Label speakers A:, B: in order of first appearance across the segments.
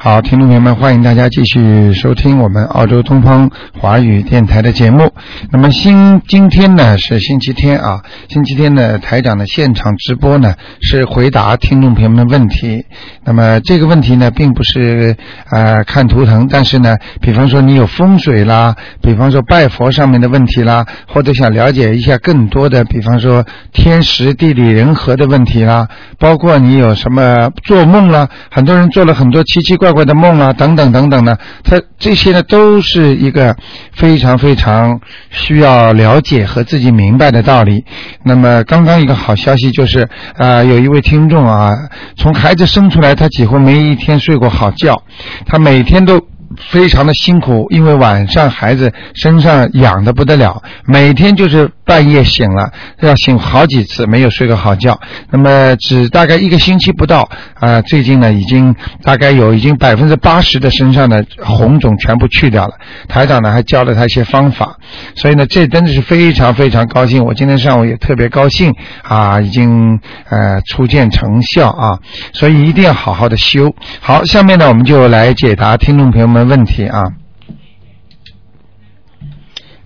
A: 好，听众朋友们，欢迎大家继续收听我们澳洲东方华语电台的节目。那么星今天呢是星期天啊，星期天呢台长的现场直播呢是回答听众朋友们的问题。那么这个问题呢并不是呃看图腾，但是呢，比方说你有风水啦，比方说拜佛上面的问题啦，或者想了解一下更多的，比方说天时地利人和的问题啦，啊包括你有什么做梦啦，很多人做了很多奇奇怪怪的梦啊，等等等等呢，它这些呢都是一个非常非常需要了解和自己明白的道理。那么刚刚一个好消息就是，啊、有一位听众啊，从孩子生出来，他几乎没一天睡过好觉，他每天都。非常的辛苦，因为晚上孩子身上痒的不得了，每天就是半夜醒了，要醒好几次，没有睡个好觉。那么只大概一个星期不到，啊、最近呢已经大概有已经百分之八十的身上的红肿全部去掉了。台长呢还教了他一些方法，所以呢这真的是非常非常高兴。我今天上午也特别高兴啊，已经呃初见成效啊，所以一定要好好的修。好，下面呢我们就来解答听众朋友们问题啊。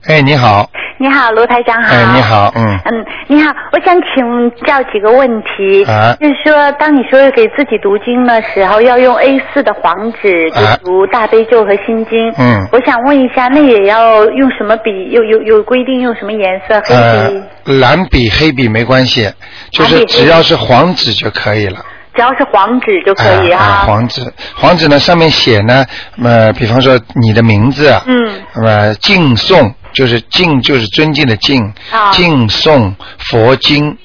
A: 哎，你好，
B: 你好，卢台长好。
A: 哎，你。好，嗯，
B: 嗯，你好，我想请教几个问题。
A: 啊
B: 就是说，当你说给自己读经的时候，要用 A 4的黄纸就
A: 啊
B: 读大悲咒和心经。
A: 嗯
B: 我想问一下，那也要用什么笔？有有有规定用什么颜色？黑
A: 呃
B: 笔，，
A: 蓝笔黑笔没关系，就是
B: 蓝笔黑
A: 只
B: 笔
A: 要是黄纸就可以了。
B: 只要是黄纸就可以
A: 啊啊
B: 哈。
A: 黄纸，黄纸呢上面写呢，呃，比方说你的名字，
B: 嗯，
A: 呃，敬颂就是敬就是尊敬的敬，
B: 啊
A: 敬颂佛经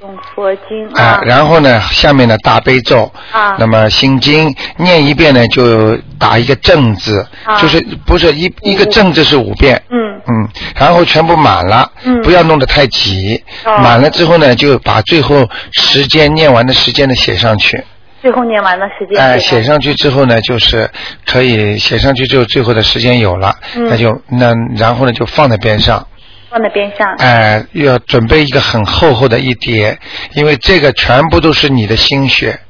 B: 用佛经
A: 啊、然后呢下面呢大悲咒，
B: 啊
A: 那么心经念一遍呢就打一个正字，
B: 啊
A: 就是不是一一个正字是五遍。
B: 嗯
A: 嗯，然后全部满了，
B: 嗯
A: 不要弄得太急、
B: 哦
A: 满了之后呢，就把最后时间念完的时间呢写上去。
B: 最后念完了时间。
A: 哎、
B: 是
A: 写。
B: 吧
A: 上去之后呢，就是可以写上去之后，最后的时间有了，
B: 嗯
A: 那就那然后呢就放在边上，
B: 放在边上。
A: 哎、要准备一个很厚厚的一叠，因为这个全部都是你的心血，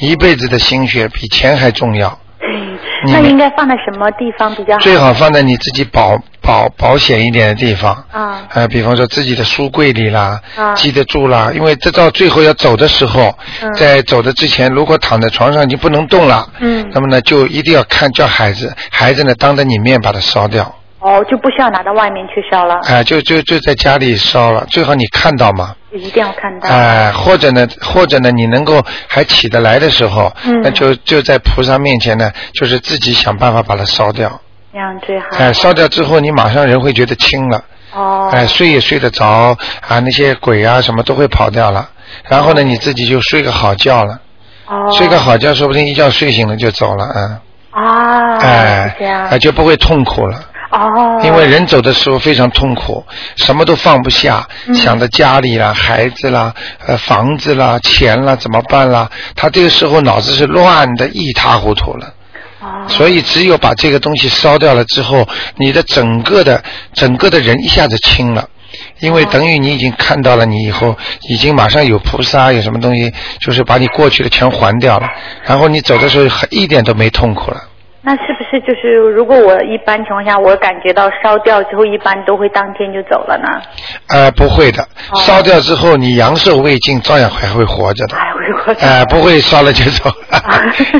A: 一辈子的心血比钱还重要，
B: 嗯
A: 哎你
B: 那
A: 们
B: 应该放在什么地方比较好？
A: 最好放在你自己保保保险一点的地方。
B: 啊
A: 呃，比方说自己的书柜里啦，
B: 啊
A: 记得住啦，因为这到最后要走的时候，
B: 嗯
A: 在走的之前，如果躺在床上已经不能动了，
B: 嗯
A: 那么呢就一定要看叫孩子，孩子呢当着你面把它烧掉，
B: 哦，就不需要拿到外面去烧了，
A: 哎、就就就在家里烧了，最好你看到嘛，
B: 就一定要看到。
A: 哎、或者呢，或者呢，你能够还起得来的时候，
B: 嗯
A: 那就就在菩萨面前呢，就是自己想办法把它烧掉，
B: 这样最好。
A: 哎、烧掉之后，你马上人会觉得轻了。
B: 哦，
A: 哎，睡也睡得着啊，那些鬼啊什么都会跑掉了。然后呢，你自己就睡个好觉了，
B: 哦，
A: 睡个好觉，说不定一觉睡醒了就走了啊，
B: 啊，
A: 哎
B: 是这样，
A: 哎就不会痛苦了。
B: 哦，
A: 因为人走的时候非常痛苦，什么都放不下，
B: 嗯
A: 想着家里啦、孩子啦、呃房子啦、钱啦怎么办啦，他这个时候脑子是乱的一塌糊涂了。
B: 哦，
A: 所以只有把这个东西烧掉了之后，你的整个的整个的人一下子清了。因为
B: 哦
A: 等于你已经看到了，你以后已经马上有菩萨，有什么东西，就是把你过去的全还掉了。然后你走的时候很一点都没痛苦了。
B: 那是不是就是如果我一般情况下我感觉到烧掉之后，一般都会当天就走了呢？
A: 呃，不会的，
B: 哦
A: 烧掉之后你阳寿未尽，照样还会活着的。
B: 哎，我我
A: 呃，不会烧了就走
B: 啊，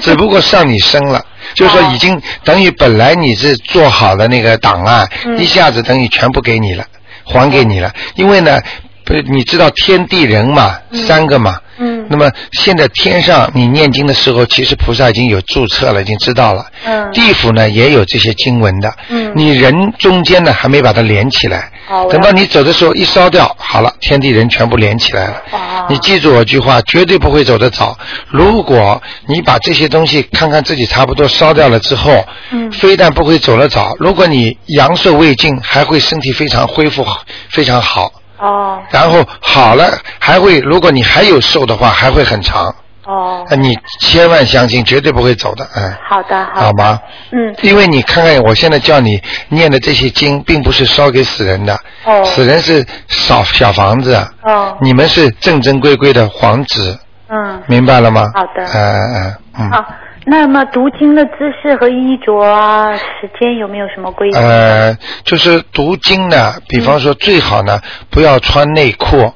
A: 只不过上你身了，就是说已
B: 哦
A: 经等于本来你是做好的那个档案，
B: 嗯
A: 一下子等于全部给你了，还给你了。因为呢，不是你知道天地人嘛，
B: 嗯
A: 三个嘛。
B: 嗯
A: 那么现在天上你念经的时候，其实菩萨已经有注册了，已经知道了。
B: 嗯
A: 地府呢也有这些经文的。
B: 嗯
A: 你人中间呢还没把它连起来。
B: 哦我
A: 等到
B: 要
A: 你走的时候一烧掉，好了，天地人全部连起来了。
B: 哦
A: 你记住我一句话，绝对不会走得早。如果你把这些东西看看自己差不多烧掉了之后，
B: 嗯
A: 非但不会走得早，如果你阳寿未尽，还会身体非常恢复非常好，
B: 哦
A: 然后好了还会，如果你还有寿的话，还会很长。
B: 哦
A: 呃，你千万相信，绝对不会走的，嗯，
B: 好的好的
A: 好吗？
B: 嗯
A: 因为你看看，我现在叫你念的这些经，并不是烧给死人的，
B: 哦
A: 死人是少小房子，啊
B: 哦
A: 你们是正正规规的黄纸，
B: 嗯
A: 明白了吗？
B: 好的
A: 嗯嗯嗯。
B: 好，那么读经的姿势和衣着啊，时间有没有什么规定？
A: 呃，就是读经呢，比
B: 嗯
A: 方说最好呢，不要穿内裤。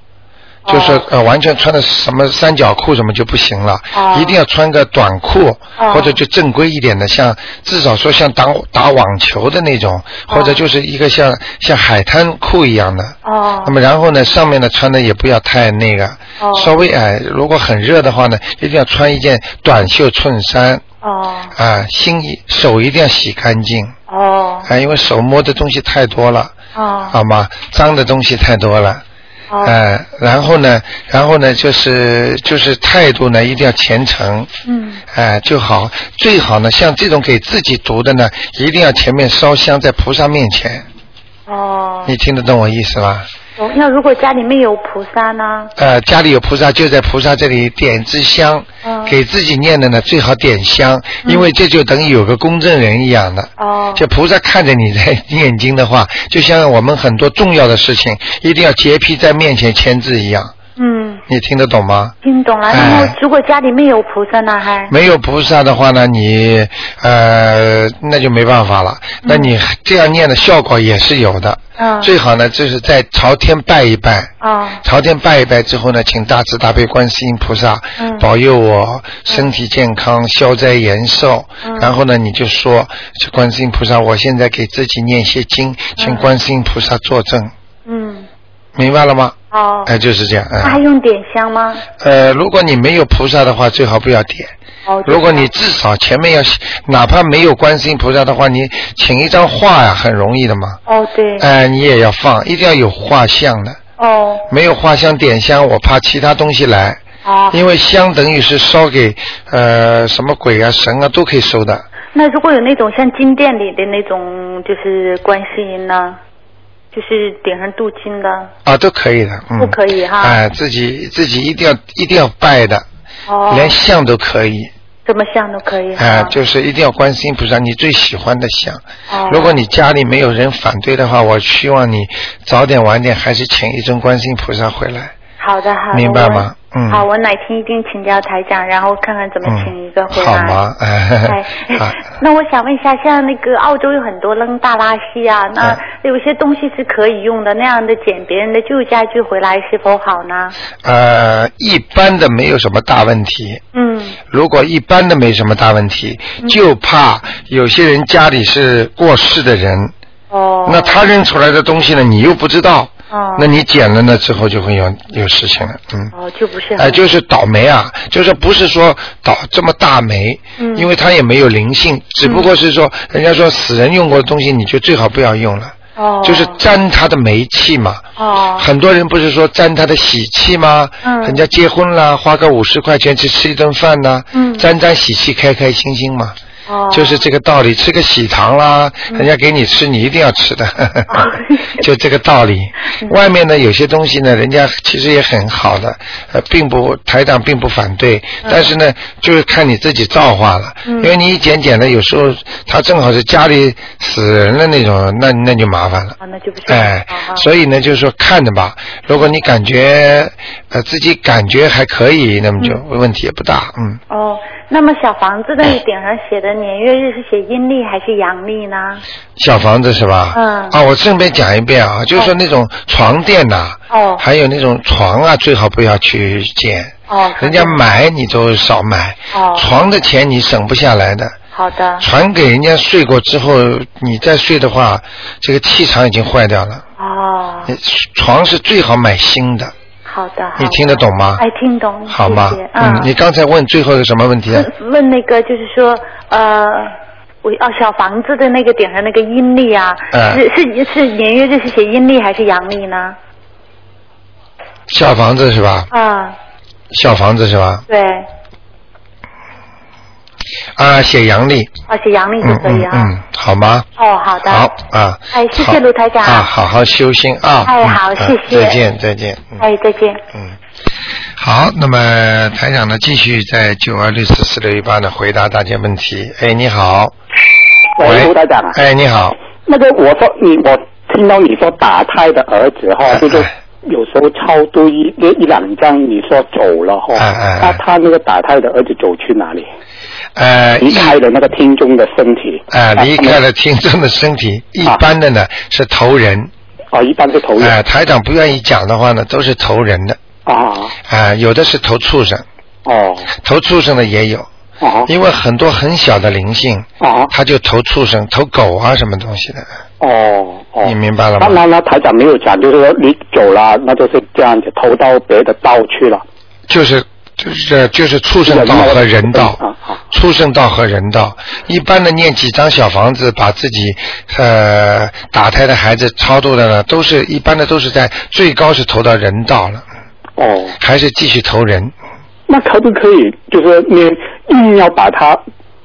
A: 就是
B: 哦
A: 呃，完全穿的什么三角裤什么就不行了，
B: 哦
A: 一定要穿个短裤，
B: 哦
A: 或者就正规一点的，像至少说像打打网球的那种，或者就是一个像像海滩裤一样的。
B: 哦
A: 那么然后呢，上面呢穿的也不要太那个，
B: 哦
A: 稍微矮。如果很热的话呢，一定要穿一件短袖衬衫
B: 哦
A: 啊，心手一定要洗干净
B: 哦
A: 啊，因为手摸的东西太多了，
B: 哦
A: 好吗？脏的东西太多了。
B: 哦，
A: 哎、然后呢，然后呢，就是就是态度呢，一定要虔诚，
B: 嗯
A: 哎、就好。最好呢，像这种给自己读的呢，一定要前面烧香在菩萨面前。
B: 哦
A: 你，听得懂我意思吗？
B: 哦那如果家里面有菩萨呢？
A: 呃，家里有菩萨，就在菩萨这里点支香，
B: 嗯
A: 给自己念的呢，最好点香，因为这就等于有个公证人一样的。
B: 哦
A: 就菩萨看着你在 念经的话，就像我们很多重要的事情，一定要洁癖在面前签字一样。
B: 嗯，
A: 你听得懂吗？
B: 听懂了。
A: 哎
B: 然后如果家里面有菩萨呢，还
A: 没有菩萨的话呢，你呃那就没办法了。那你这样念的效果也是有的。
B: 嗯
A: 最好呢，就是在朝天拜一拜。
B: 哦
A: 朝天拜一拜之后呢，请大慈大悲观世音菩萨、
B: 嗯
A: 保佑我身体健康、消灾延寿。
B: 嗯
A: 然后呢，你就说，观世音菩萨，我现在给自己念些经，请观世音菩萨作证，
B: 嗯
A: 明白了吗？
B: 哦，
A: 哎，就是这样。
B: 那还
A: 嗯、
B: 用点香吗？
A: 呃，如果你没有菩萨的话，最好不要点。
B: 哦，
A: 如果你至少前面要，哪怕没有观世音菩萨的话，你请一张画呀、很容易的嘛。
B: 哦对
A: 哎、你也要放，一定要有画像的，
B: 哦
A: 没有画像点香，我怕其他东西来，
B: 哦，
A: 因为香等于是烧给呃什么鬼啊、神啊都可以收的。
B: 那如果有那种像金店里的那种，就是观世音呢，就是顶上镀金的，
A: 啊，都可以的，嗯，
B: 都可以哈
A: 哎、自己自己一定要一定要拜的，
B: 哦，
A: 连像都可以，
B: 什么像都可以哈。
A: 哎、就是一定要观世音菩萨你最喜欢的像，
B: 哦
A: 如果你家里没有人反对的话，我希望你早点晚点还是请一尊观世音菩萨回来。
B: 好的好的，
A: 明白吗
B: 我
A: 嗯
B: 好，我哪天一定请教台长，然后看看怎么请一个
A: 嗯、
B: 回来。
A: 好吗？
B: 哎
A: 哎， 啊，
B: 那我想问一下，像那个澳洲有很多扔大垃圾啊，
A: 哎
B: 那有些东西是可以用的，那样的捡别人的旧家具回来是否好呢？
A: 呃，一般的没有什么大问题。
B: 嗯，
A: 如果一般的没什么大问题，就怕有些人家里是过世的人，
B: 哦，
A: 那他扔出来的东西呢，你又不知道，
B: 哦，
A: 那你捡了呢之后就会有有事情了，嗯。
B: 哦就不是很
A: 哎，就是倒霉啊，就是不是说倒这么大霉，
B: 嗯
A: 因为它也没有灵性，只不过是说，人家说死人用过的东西，你就最好不要用了，
B: 哦，
A: 就是沾他的霉气嘛。
B: 哦
A: 很多人不是说沾他的喜气吗？
B: 嗯
A: 人家结婚啦，花个五十块钱去吃一顿饭呐，
B: 嗯
A: 沾沾喜气，开开心心嘛，
B: 哦
A: 就是这个道理。吃个喜糖啦，
B: 嗯
A: 人家给你吃，你一定要吃的，
B: 哦
A: 就这个道理。
B: 嗯
A: 外面呢，有些东西呢，人家其实也很好的，呃，并不台长并不反对，
B: 嗯
A: 但是呢，就是看你自己造化了。因为你一捡捡的，有时候他正好是家里死人了那种，那那就麻烦了。
B: 啊，那就不是
A: 哎
B: 很好，啊。
A: 所以呢，就是说看着吧。如果你感觉呃自己感觉还可以，那么就问题也不大。嗯，
B: 哦，那么小房子的顶上写的年月日是写阴历还是阳历呢？
A: 小房子是吧？
B: 嗯
A: 啊，我顺便讲一遍啊，就是说那种床垫呐、
B: 哦
A: 还有那种床啊，最好不要去捡。
B: 哦
A: 人家买你都少买。
B: 哦
A: 床的钱你省不下来的，
B: 好的，
A: 传给人家睡过之后，你再睡的话，这个气场已经坏掉了。
B: 哦，
A: 你床是最好买新的，
B: 好的，好的
A: 你听得懂吗？
B: 哎，听懂，
A: 好吗
B: 哎谢嗯
A: 嗯，
B: 谢？
A: 你刚才问最后一个什么问题啊？
B: 问问那个就是说，呃，我哦，小房子的那个顶上那个阴历啊，
A: 嗯
B: 是是是年月日是写阴历还是阳历呢？
A: 小房子是吧？
B: 啊，
A: 小房子是吧？
B: 对，
A: 啊，写阳历，
B: 而且哦阳历就
A: 嗯
B: 可
A: 嗯
B: 以啊。
A: 嗯，好吗？
B: 哦，好的。
A: 好啊。
B: 哎谢谢
A: 好
B: 卢台长
A: 啊，好好修心啊。
B: 哎
A: 嗯
B: 好
A: 啊
B: 谢谢
A: 再见，再见。嗯
B: 哎，再见。
A: 嗯，好，那么台长呢，继续在九二六四四六一八呢回答大家问题。哎，你好，喂哎
C: 喂，卢台长啊，
A: 哎，你好，哎
C: 那个我说你，我听到你说打胎的儿子哈，就是有时候超度一一一两张，你说走了哈，
A: 哎哎哎
C: 那他那个打胎的儿子走去哪里？
A: 呃，
C: 离
A: 一
C: 开了那个听众的身体。
A: 啊，离
C: 那
A: 开
C: 他们。
A: 了听众的身体，一般的呢是投人，
C: 哎啊哦，一般是投人
A: 啊，台长不愿意讲的话呢，都是投人的，
C: 啊，
A: 啊，有的是投畜生，
C: 哦，
A: 投畜生的也有，
C: 哦，
A: 因为很多很小的灵性，
C: 哦，
A: 他就投畜生、投狗啊什么东西的，
C: 哦，哦。
A: 你明白了
C: 当
A: 吗？
C: 然了，台长没有讲，就是说你走了，那就是这样子投到别的道去了。
A: 就是就是就是畜生道和人道
C: 啊啊，
A: 畜生道和人道，一般的念几张小房子，把自己呃打胎的孩子超度的呢，都是一般的都是在最高是投到人道了，
C: 哦，
A: 还是继续投人。
C: 那可不可以就是你硬要把他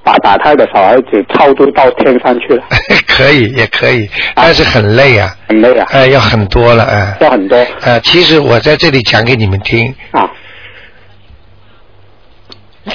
C: 把打胎的小孩子超度到天上 去了？
A: 可 以，也可以，但是很累啊，
C: 很累啊，
A: 哎、要很多了，哎、
C: 要很多
A: 呃，其实我在这里讲给你们听，
C: 啊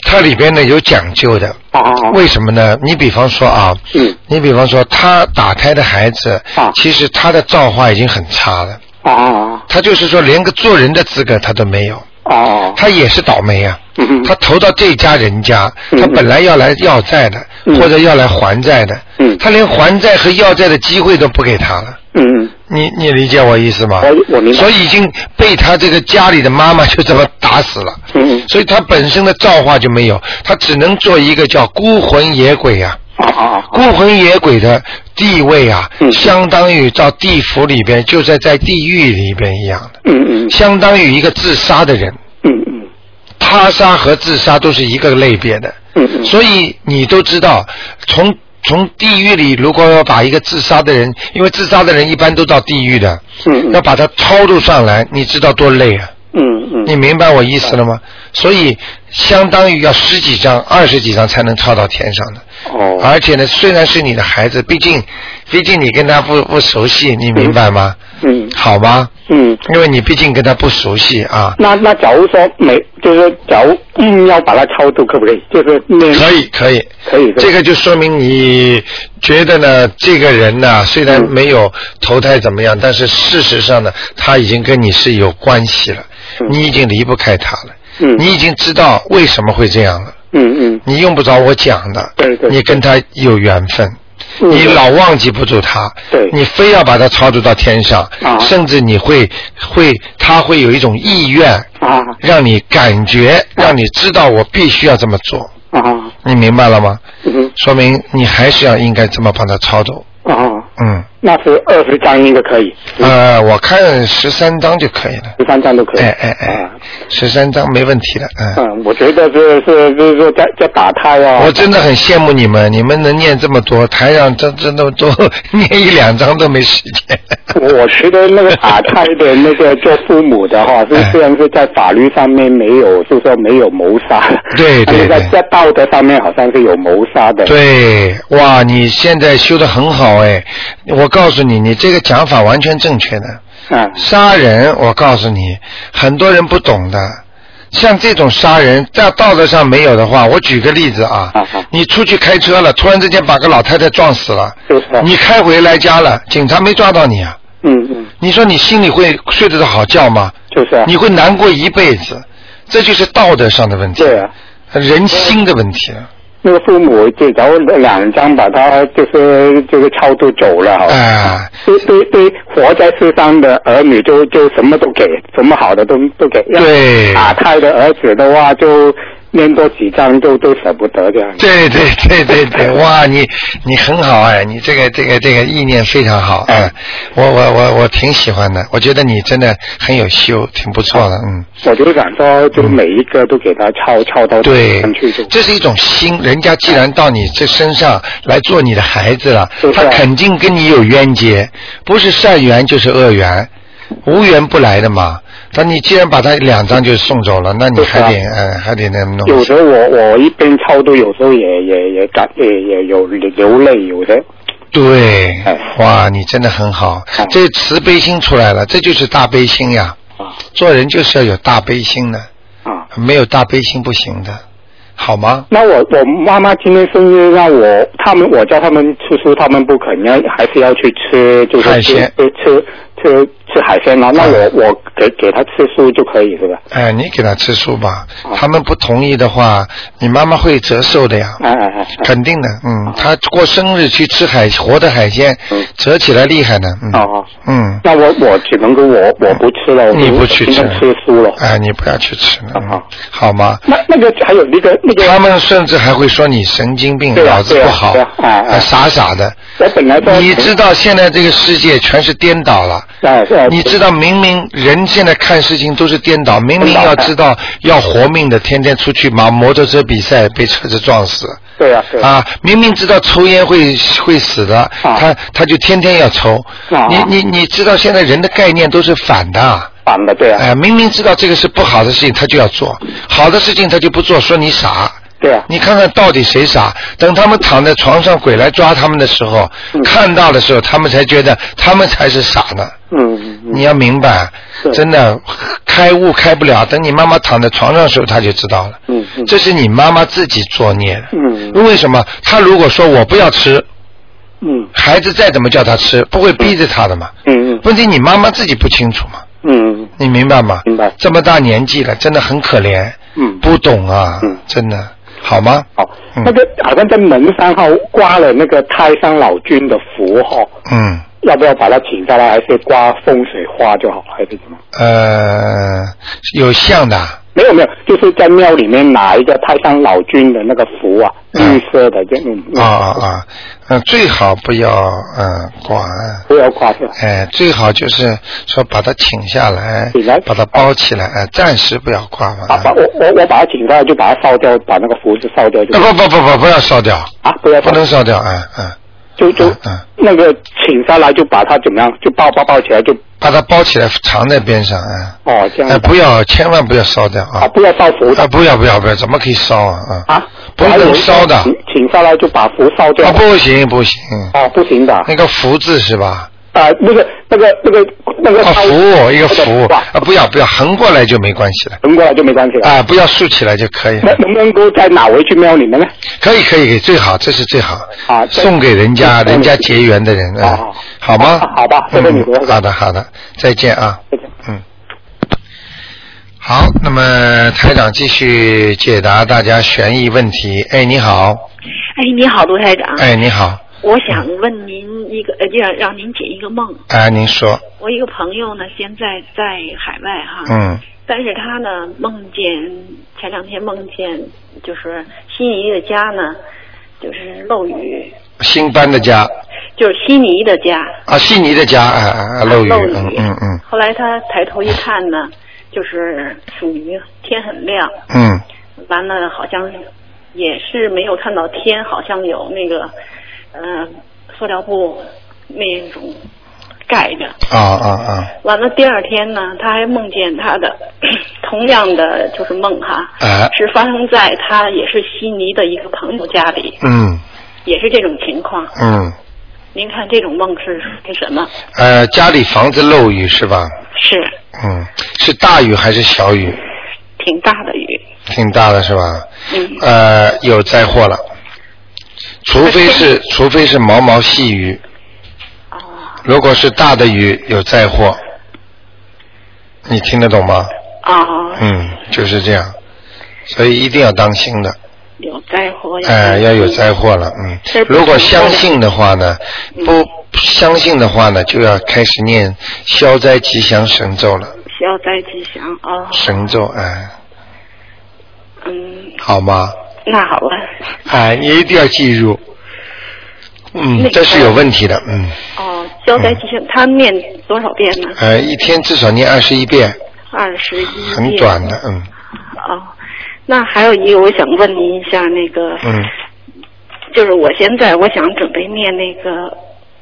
A: 它里边呢有讲究的，
C: 啊啊！啊
A: 为什么呢？你比方说啊，
C: 嗯
A: 你比方说他打胎的孩子
C: 啊，
A: 其实他的造化已经很差了，
C: 啊啊
A: 他就是说连个做人的资格他都没有，
C: 啊啊！
A: 他也是倒霉啊。
C: 嗯哼
A: 他投到这家人家，
C: 嗯
A: 他本来要来要债的，
C: 嗯
A: 或者要来还债的，
C: 嗯
A: 他连还债和要债的机会都不给他了。
C: 嗯嗯
A: 你你理解我意思吗？
C: 哦我我明白
A: 所以已经被他这个家里的妈妈就这么打死了，
C: 嗯
A: 所以他本身的造化就没有，他只能做一个叫孤魂野鬼啊。
C: 啊啊
A: 孤魂野鬼的地位啊，
C: 嗯
A: 相当于到地府里边，就在在地狱里边一样的，
C: 嗯嗯
A: 相当于一个自杀的人，
C: 嗯嗯
A: 他杀和自杀都是一个类别的。
C: 嗯嗯
A: 所以你都知道，从从地狱里，如果要把一个自杀的人，因为自杀的人一般都到地狱的，
C: 嗯
A: 要把他超度上来，你知道多累啊！
C: 嗯
A: 你
C: 嗯
A: 明白我意思了吗？所以相当于要十几张、二十几张才能超到天上的。
C: 哦
A: 而且呢，虽然是你的孩子，毕竟，毕竟你跟他不不熟悉，你明白吗？
C: 嗯
A: 好吗？
C: 嗯。
A: 因为你毕竟跟他不熟悉啊。
C: 那那假如说没，就是假如硬要把它超度，可不可以？就是念
A: 可以，可以。
C: 可以
A: 这个就说明你觉得呢，这个人呢，虽然
C: 嗯
A: 没有投胎怎么样，但是事实上呢，他已经跟你是有关系了，
C: 嗯
A: 你已经离不开他了，
C: 嗯
A: 你已经知道为什么会这样了，
C: 嗯嗯
A: 你用不着我讲的，
C: 对对
A: 你跟他有缘分。
C: 嗯
A: 你老忘记不住他，
C: 对
A: 你非要把他超度到天上，
C: 啊
A: 甚至你会会他会有一种意愿，
C: 啊
A: 让你感觉，让你知道我必须要这么做，
C: 啊
A: 你明白了吗？
C: 嗯
A: 说明你还是要应该这么帮他操作。
C: 啊，
A: 嗯，
C: 那是二十张应该可以，
A: 呃，我看十三章就可以了。
C: 十三张都可以。
A: 哎哎哎
C: 啊，
A: 十三章没问题的。嗯，
C: 嗯，我觉得这是就是说在在打胎啊，
A: 我真的很羡慕你们，你们能念这么多，台上真真的都 念一两章都没时间。
C: 我我觉得那个打胎的那个做父母的哈，是
A: 哎
C: 虽然是在法律上面没有，就是说没有谋杀，
A: 对
C: 但是
A: 对
C: 在
A: 对
C: 在道德上面好像是有谋杀的。
A: 对，哇，你现在修的很好哎！我告诉你，你这个讲法完全正确的。
C: 啊，
A: 杀人，我告诉你，很多人不懂的。像这种杀人，在道德上没有的话，我举个例子啊
C: 啊啊，
A: 你出去开车了，突然之间把个老太太撞死了，
C: 就是说
A: 你开回来家了，警察没抓到你啊，
C: 嗯嗯，
A: 你说你心里会睡得着好觉吗？
C: 就是啊
A: 你会难过一辈子，这就是道德上的问题，
C: 对啊。
A: 人心的问题。啊
C: 那个父母就然后两张把他就是就是超度走了，好吧
A: 啊，
C: 对对对，活在世上的儿女就就什么都给，什么好的都都给。
A: 对
C: 打胎的儿子的话，就念多几张都都舍不得这样。
A: 对对对对对，哇，你你很好哎，你这个这个这个意念非常好，嗯
C: 哎，
A: 我我我我挺喜欢的，我觉得你真的很有修，挺不错的，嗯，
C: 我就想说，就每一个都给他抄抄到
A: 对
C: 上去就，。
A: 这是一种心，人家既然到你这身上来做你的孩子了
C: 是，啊
A: 他
C: 是
A: 肯定跟你有冤结，不是善缘就是恶缘。无缘不来的嘛，但你既然把他两张就送走了，那你还得
C: 是啊
A: 嗯、还得那么弄。
C: 有时候我我一边超度，有时候也也也感也也有流泪，有的。
A: 对
C: 哎，
A: 哇，你真的很好
C: 哎，
A: 这慈悲心出来了，这就是大悲心呀。
C: 啊
A: 做人就是要有大悲心的，
C: 啊。
A: 没有大悲心不行的，好吗？
C: 那我我妈妈今天生日，让我他们我叫他们吃素，他们不肯，要还是要去吃，就是
A: 海
C: 吃
A: 鲜啊
C: 吃吃吃吃海鲜吗？那我我给给他吃素就可以是吧？
A: 哎，你给他吃素吧，
C: 啊
A: 他们不同意的话，你妈妈会折寿的呀，
C: 哎哎哎，哎
A: 肯定的，嗯，他过生日去吃海活的海鲜
C: 嗯，
A: 折起来厉害的，
C: 哦
A: 嗯
C: 哦，
A: 嗯，
C: 那我我只能够我我不吃了，我
A: 你不去
C: 今
A: 吃
C: 天吃素了。
A: 哎，你不要去吃了，嗯
C: 好
A: 好吗？
C: 啊那那个还有那个那个，
A: 他们甚至还会说你神经病，
C: 对啊
A: 脑子不好
C: 对啊，对啊哎哎
A: 哎傻傻的。
C: 我本来说
A: 你知道现在这个世界全是颠倒了。
C: 哎是
A: 你知道，明明人现在看事情都是颠倒，明明要知道要活命的，天天出去忙摩托车比赛被车子撞死
C: 对啊对啊
A: 啊！明明知道抽烟会会死的，他他就天天要抽
C: 啊。
A: 你你你知道现在人的概念都是反的，
C: 反的对啊
A: 哎，明明知道这个是不好的事情，他就要做；好的事情他就不做，说你傻。
C: 对啊
A: 你看看到底谁傻？等他们躺在床上，鬼来抓他们的时候，
C: 嗯
A: 看到的时候，他们才觉得他们才是傻呢。
C: 嗯嗯
A: 你要明白，
C: 对
A: 真的开悟开不了，等你妈妈躺在床上的时候，她就知道了。
C: 嗯嗯
A: 这是你妈妈自己作孽的。
C: 嗯
A: 为什么？她如果说我不要吃，
C: 嗯
A: 孩子再怎么叫她吃，不会逼着她的嘛。
C: 嗯
A: 问题你妈妈自己不清楚嘛，
C: 嗯
A: 你明白吗？
C: 明白
A: 这么大年纪了，真的很可怜，
C: 嗯
A: 不懂啊，
C: 嗯
A: 真的，好吗？
C: 好
A: 嗯，
C: 那个好像在门上哈挂了那个太上老君的符号，
A: 嗯。
C: 要不要把它请下来，还是挂风水画就好，还是怎么？
A: 呃，有像的啊，
C: 没有没有，就是在庙里面拿一个太上老君的那个符啊，
A: 嗯
C: 绿色的，就嗯嗯
A: 啊啊，呃，最好不要呃管，
C: 不要挂掉。
A: 哎，最好就是说把它请下来
C: 请来，
A: 把它包起来，哎，暂时不要挂嘛。
C: 啊，把我我我把它请下来，就把它烧掉，把那个符就烧掉就
A: 啊不不不不，不要烧掉，
C: 啊，不要
A: 不
C: 烧，
A: 能烧掉，哎哎，
C: 就就
A: 嗯嗯
C: 那个请下来就把它怎么样，就抱抱抱起来就
A: 把它包起来，藏在边上，哎，
C: 哦这
A: 哎，
C: 样子
A: 不要，千万不要烧掉
C: 啊，
A: 啊！
C: 不要烧符
A: 啊，
C: 的
A: 不要不要不要，怎么可以烧啊？啊，
C: 啊，
A: 不能
C: 还有
A: 烧的
C: 请请下来就把符烧掉
A: 啊，不行不行，
C: 哦不行的
A: 那个福字是吧？
C: 啊，那个那个那个那个
A: 啊，
C: 烧
A: 福一个福
C: 那挂
A: 啊，不要不要，横过来就没关系了。
C: 横过来就没关系了。
A: 啊，不要竖起来就可以
C: 那
A: 了。
C: 能不能够再拿回去庙里面呢？
A: 可以可以，最好，这是最好。
C: 啊这
A: 送给人家，
C: 嗯
A: 人家结缘的人，嗯
C: 哦，
A: 好吗
C: 好？好吧谢谢你
A: 嗯
C: 罗
A: 好的好的，再见啊，
C: 再见
A: 嗯。好，那么台长继续解答大家悬疑问题。哎，你好，
D: 哎，你好，卢台长，
A: 哎，你好，
D: 我想问您一个，呃，让让您解一个梦。
A: 哎，您说，
D: 我一个朋友呢，现在在海外哈，
A: 嗯，
D: 但是他呢梦见前两天梦见就是悉尼的家呢，就是漏雨，
A: 新搬的家
D: 就是悉尼的家
A: 啊，悉尼的家，啊啊，啊漏雨，
D: 漏雨
A: 嗯嗯嗯
D: 后来他抬头一看呢， 就是属于天很亮，
A: 嗯，
D: 完了好像也是没有看到天，好像有那个呃塑料布那种盖着。
A: 啊啊啊，
D: 完了第二天呢，他还梦见他的 同样的就是梦哈，
A: 哎
D: 是发生在他也是悉尼的一个朋友家里，
A: 嗯
D: 也是这种情况。
A: 嗯，
D: 您看这种梦是是什么？
A: 呃，家里房子漏雨是吧？
D: 是
A: 嗯，是大雨还是小雨？
D: 挺大的雨，
A: 挺大的是吧？
D: 嗯，
A: 呃，有灾祸了，除非是除非是毛毛细雨，
D: 哦
A: 如果是大的雨有灾祸，你听得懂吗？
D: 哦，
A: 嗯，就是这样，所以一定要当心的，
D: 有灾祸呀，
A: 哎、要有灾祸了，嗯
D: 这。不是
A: 如果相信的话呢，不相信的话呢，就要开始念消灾吉祥神咒了，
D: 消灾吉祥哦，
A: 神咒，哎、
D: 嗯，
A: 好吗？
D: 那好吧，
A: 哎，你一定要记住。嗯
D: 那，个
A: 这是有问题的。嗯，
D: 哦，消灾吉祥，他念多少遍呢？
A: 呃，一天至少念二十一遍，
D: 二十一遍，啊
A: 很短的。嗯
D: 哦，那还有一个，我想问您一下，那个，
A: 嗯，
D: 就是我现在我想准备念那个，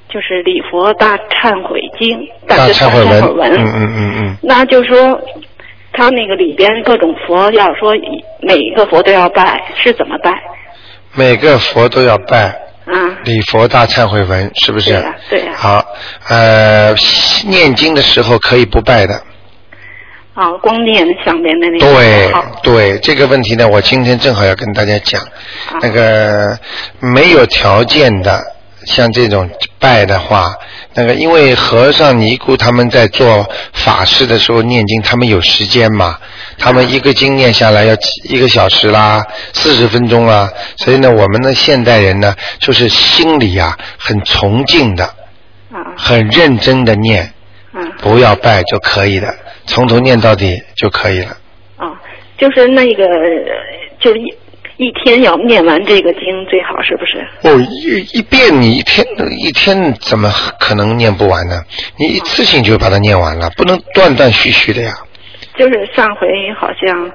D: 就是礼佛大忏悔经，
A: 大
D: 是
A: 忏
D: 大
A: 悔
D: 忏悔
A: 文。嗯嗯嗯嗯。
D: 那就说，他那个里边各种佛要说一每一个佛都要拜，是怎么拜？
A: 每个佛都要拜
D: 啊，
A: 礼佛大忏悔文，是不是？
D: 对呀啊对呀
A: 嗯好，呃，念经的时候可以不拜的。
D: 啊，光念上面的那个
A: 对
D: 好，
A: 对，这个问题呢，
D: 啊
A: 我今天正好要跟大家讲，那个没有条件的像这种拜的话，那个因为和尚尼姑他们在做法事的时候念经，他们有时间嘛，他们一个经念下来要几一个小时啦，四十分钟啦，所以呢，我们的现代人呢，就是心里啊很崇敬的，
D: 啊
A: 很认真的念，
D: 啊
A: 不要拜就可以了，从头念到底就可以了。
D: 啊，就是那个呃就是一一天要念完这个经最好，是不是？
A: 哦，一一遍你一天一天怎么可能念不完呢？你一次性就把它念完了，不能断断续续的呀。
D: 就是上回好像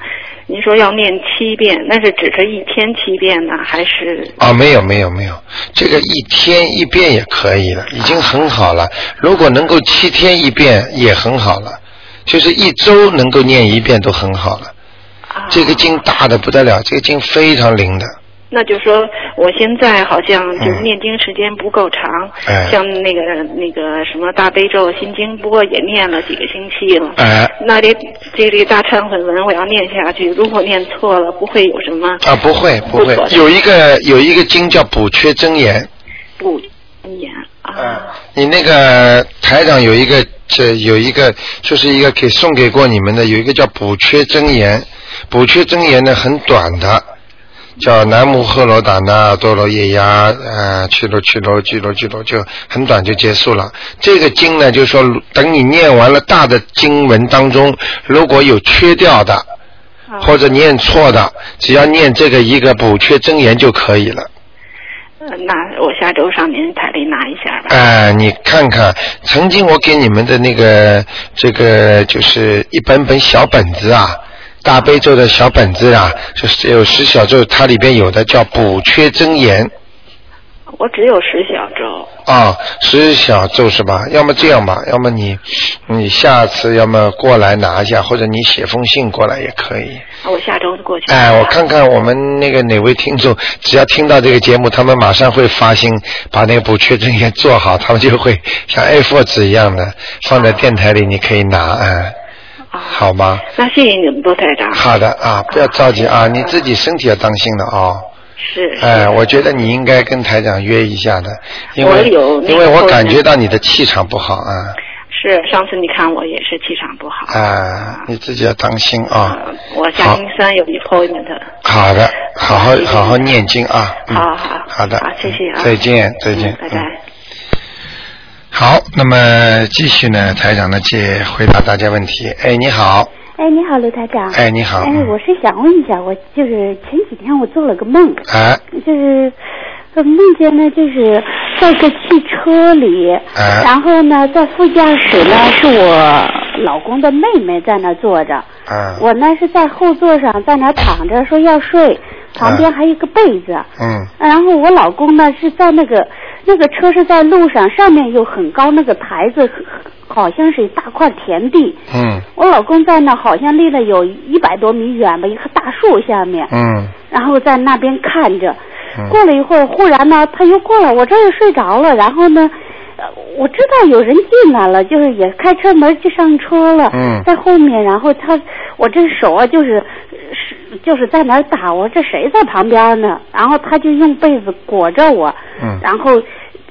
D: 您说要念七遍，那是只是一天七遍呢，还是
A: 啊、没有没有没有，这个一天一遍也可以了，已经很好了。如果能够七天一遍也很好了，就是一周能够念一遍都很好了。
D: 啊？
A: 这个经大的不得了，这个经非常灵的。
D: 那就说我现在好像就是念经时间不够长，
A: 哎
D: 像那个那个什么大悲咒、心经，不过也念了几个星期了。
A: 哎、
D: 那这这这大忏悔文我要念下去，如果念错了，不会有什么
A: 啊，不会不会
D: 不，错
A: 有一个有一个经叫补缺真言。
D: 不言啊
A: 啊，你那个台长有一个，这有一个，就是一个给送给过你们的，有一个叫补缺真言。补缺真言呢很短的，叫南无赫罗达那多罗耶呀，啊，去罗去罗去罗去罗，就很短就结束了。这个经呢，就是说等你念完了大的经文当中，如果有缺掉的
D: 啊
A: 或者念错的，只要念这个一个补缺真言就可以了。
D: 呃那我下周上您台里拿一下吧。
A: 哎、你看看，曾经我给你们的那个这个就是一本本小本子啊，大悲咒的小本子啊，就是有十小咒，它里边有的叫补缺真言
D: 我只有十小周。
A: 啊，十小咒是吧？要么这样吧，要么你你下次要么过来拿一下，或者你写封信过来也可以。
D: 啊我下周过去。
A: 哎，我看看我们那个哪位听众，只要听到这个节目，他们马上会发心把那个补缺证也做好，他们就会像 A4 纸一样的放在电台里，你可以拿啊，
D: 啊，
A: 好吗？
D: 那谢谢你们多台长。
A: 好的啊，不要着急啊，你自己身体要当心了啊。
D: 是。是
A: 哎，我觉得你应该跟台长约一下的，因
D: 我
A: 为
D: 有那个
A: 因为我
D: 后
A: 感
D: 面
A: 觉到你的气场不好啊
D: 是，上次你看我也是气场不好。
A: 啊，你自己要当心啊。
D: 啊，我下
A: 好
D: 星期三有 appointment。
A: 好的，好好
D: 谢谢
A: 好好念经啊。嗯、
D: 好好
A: 好的，
D: 好谢谢啊
A: 再见，再见
D: 嗯，拜
A: 嗯
D: 拜。
A: 好，那么继续呢，台长呢接回答大家问题。哎，你好，
E: 哎，你好，刘台长。
A: 哎，你好，
E: 哎
A: 嗯，
E: 我是想问一下，我就是前几天我做了个梦，
A: 哎
E: 就是呃梦见呢，就是在一个汽车里，
A: 哎
E: 然后呢，在副驾驶呢是我老公的妹妹在那坐着，
A: 啊，
E: 我呢是在后座上在那躺着，说要睡，旁
A: 哎
E: 边还有一个被子，
A: 嗯
E: 然后我老公呢是在那个那个车是在路上，上面有很高那个牌子，好像是一大块田地。
A: 嗯
E: 我老公在那好像离了有一百多米远吧，一棵大树下面，
A: 嗯
E: 然后在那边看着
A: 嗯。
E: 过了一会儿，忽然呢，他又过来，我这儿又睡着了。然后呢，呃我知道有人进来了，就是也开车门就上车了，
A: 嗯
E: 在后面。然后他，我这手啊，就是是就是在那儿打，我说这谁在旁边呢？然后他就用被子裹着我，
A: 嗯
E: 然后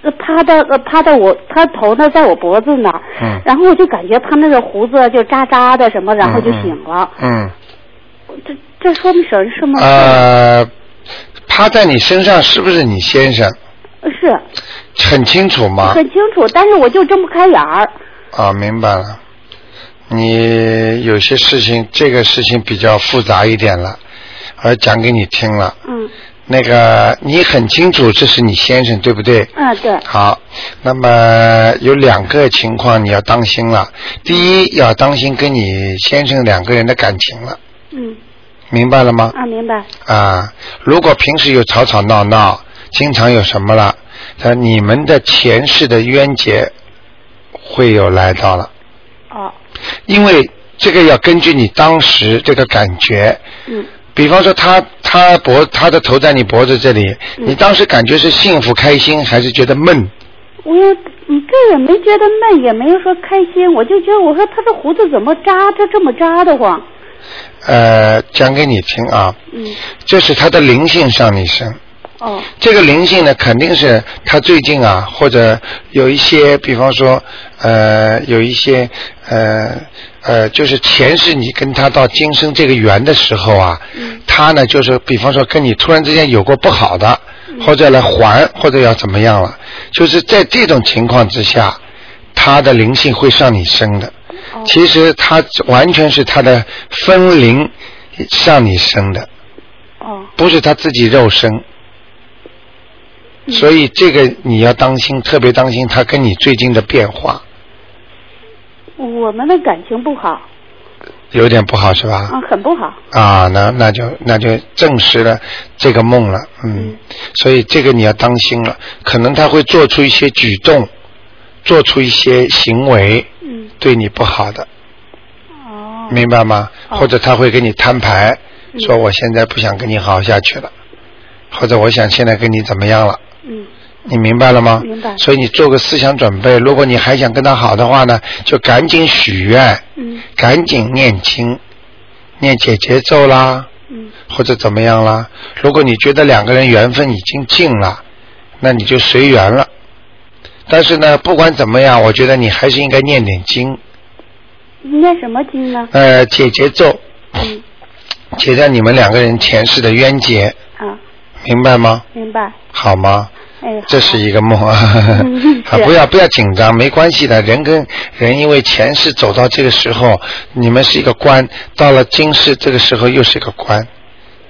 E: 呃趴到呃趴到我，他头呢在我脖子那儿，
A: 嗯
E: 然后我就感觉他那个胡子啊就扎扎的什么，然后就醒了。
A: 嗯，
E: 这这说明什么什么？
A: 呃，趴在你身上是不是你先生？
E: 是
A: 很清楚吗？
E: 很清楚，但是我就睁不开眼儿。
A: 啊，明白了。你有些事情，这个事情比较复杂一点了，而讲给你听了。
E: 嗯
A: 那个，你很清楚这是你先生，对不对？
E: 嗯，对，
A: 好，那么有两个情况你要当心了。第一，要当心跟你先生两个人的感情了，
E: 嗯
A: 明白了吗？
E: 啊，明白。
A: 啊，如果平时有吵吵闹闹，经常有什么了，那你们的前世的冤结会有来到了，
E: 哦，
A: 因为这个要根据你当时这个感觉。
E: 嗯
A: 比方说他他脖他的头在你脖子这里，
E: 嗯
A: 你当时感觉是幸福开心，还是觉得闷？
E: 我也嗯，这也没觉得闷，也没有说开心，我就觉得我说他这胡子怎么扎，这这么扎得慌。
A: 呃，讲给你听啊，
E: 嗯
A: 这是他的灵性上你身，
E: 哦，
A: 这个灵性呢，肯定是他最近啊，或者有一些，比方说，呃，有一些，呃，呃，就是前世你跟他到今生这个缘的时候啊，他呢就是，比方说跟你突然之间有过不好的，或者来还，或者要怎么样了，就是在这种情况之下，他的灵性会上你身的。其实他完全是他的分灵上你生的，
E: 哦，
A: 不是他自己肉身。
E: 嗯
A: 所以这个你要当心，特别当心他跟你最近的变化，
E: 我们的感情不好，
A: 有点不好是吧？
E: 啊，很不好。
A: 啊，那那就那就证实了这个梦了，嗯，所以这个你要当心了，可能他会做出一些举动，做出一些行为
E: 嗯，
A: 对你不好的，
E: 哦，
A: 明白吗？
E: 哦
A: 或者他会跟你摊牌，
E: 嗯
A: 说我现在不想跟你好下去了，或者我想现在跟你怎么样了。
E: 嗯，
A: 你明白了吗？
E: 明白
A: 所以你做个思想准备，如果你还想跟他好的话呢，就赶紧许愿，
E: 嗯，
A: 赶紧念经，念解结咒啦，
E: 嗯，
A: 或者怎么样啦。如果你觉得两个人缘分已经尽了，那你就随缘了。但是呢，不管怎么样，我觉得你还是应该念点经，
E: 念什么经呢？
A: 呃，解结咒，
E: 嗯，
A: 解掉你们两个人前世的冤结，
E: 啊，
A: 明白吗？
E: 明白。
A: 好吗？
E: 哎， 好
A: 这是一个梦啊
E: 嗯！
A: 啊，
E: 是
A: 不要不要紧张，没关系的。人跟人因为前世走到这个时候，你们是一个关，到了今世这个时候又是一个关，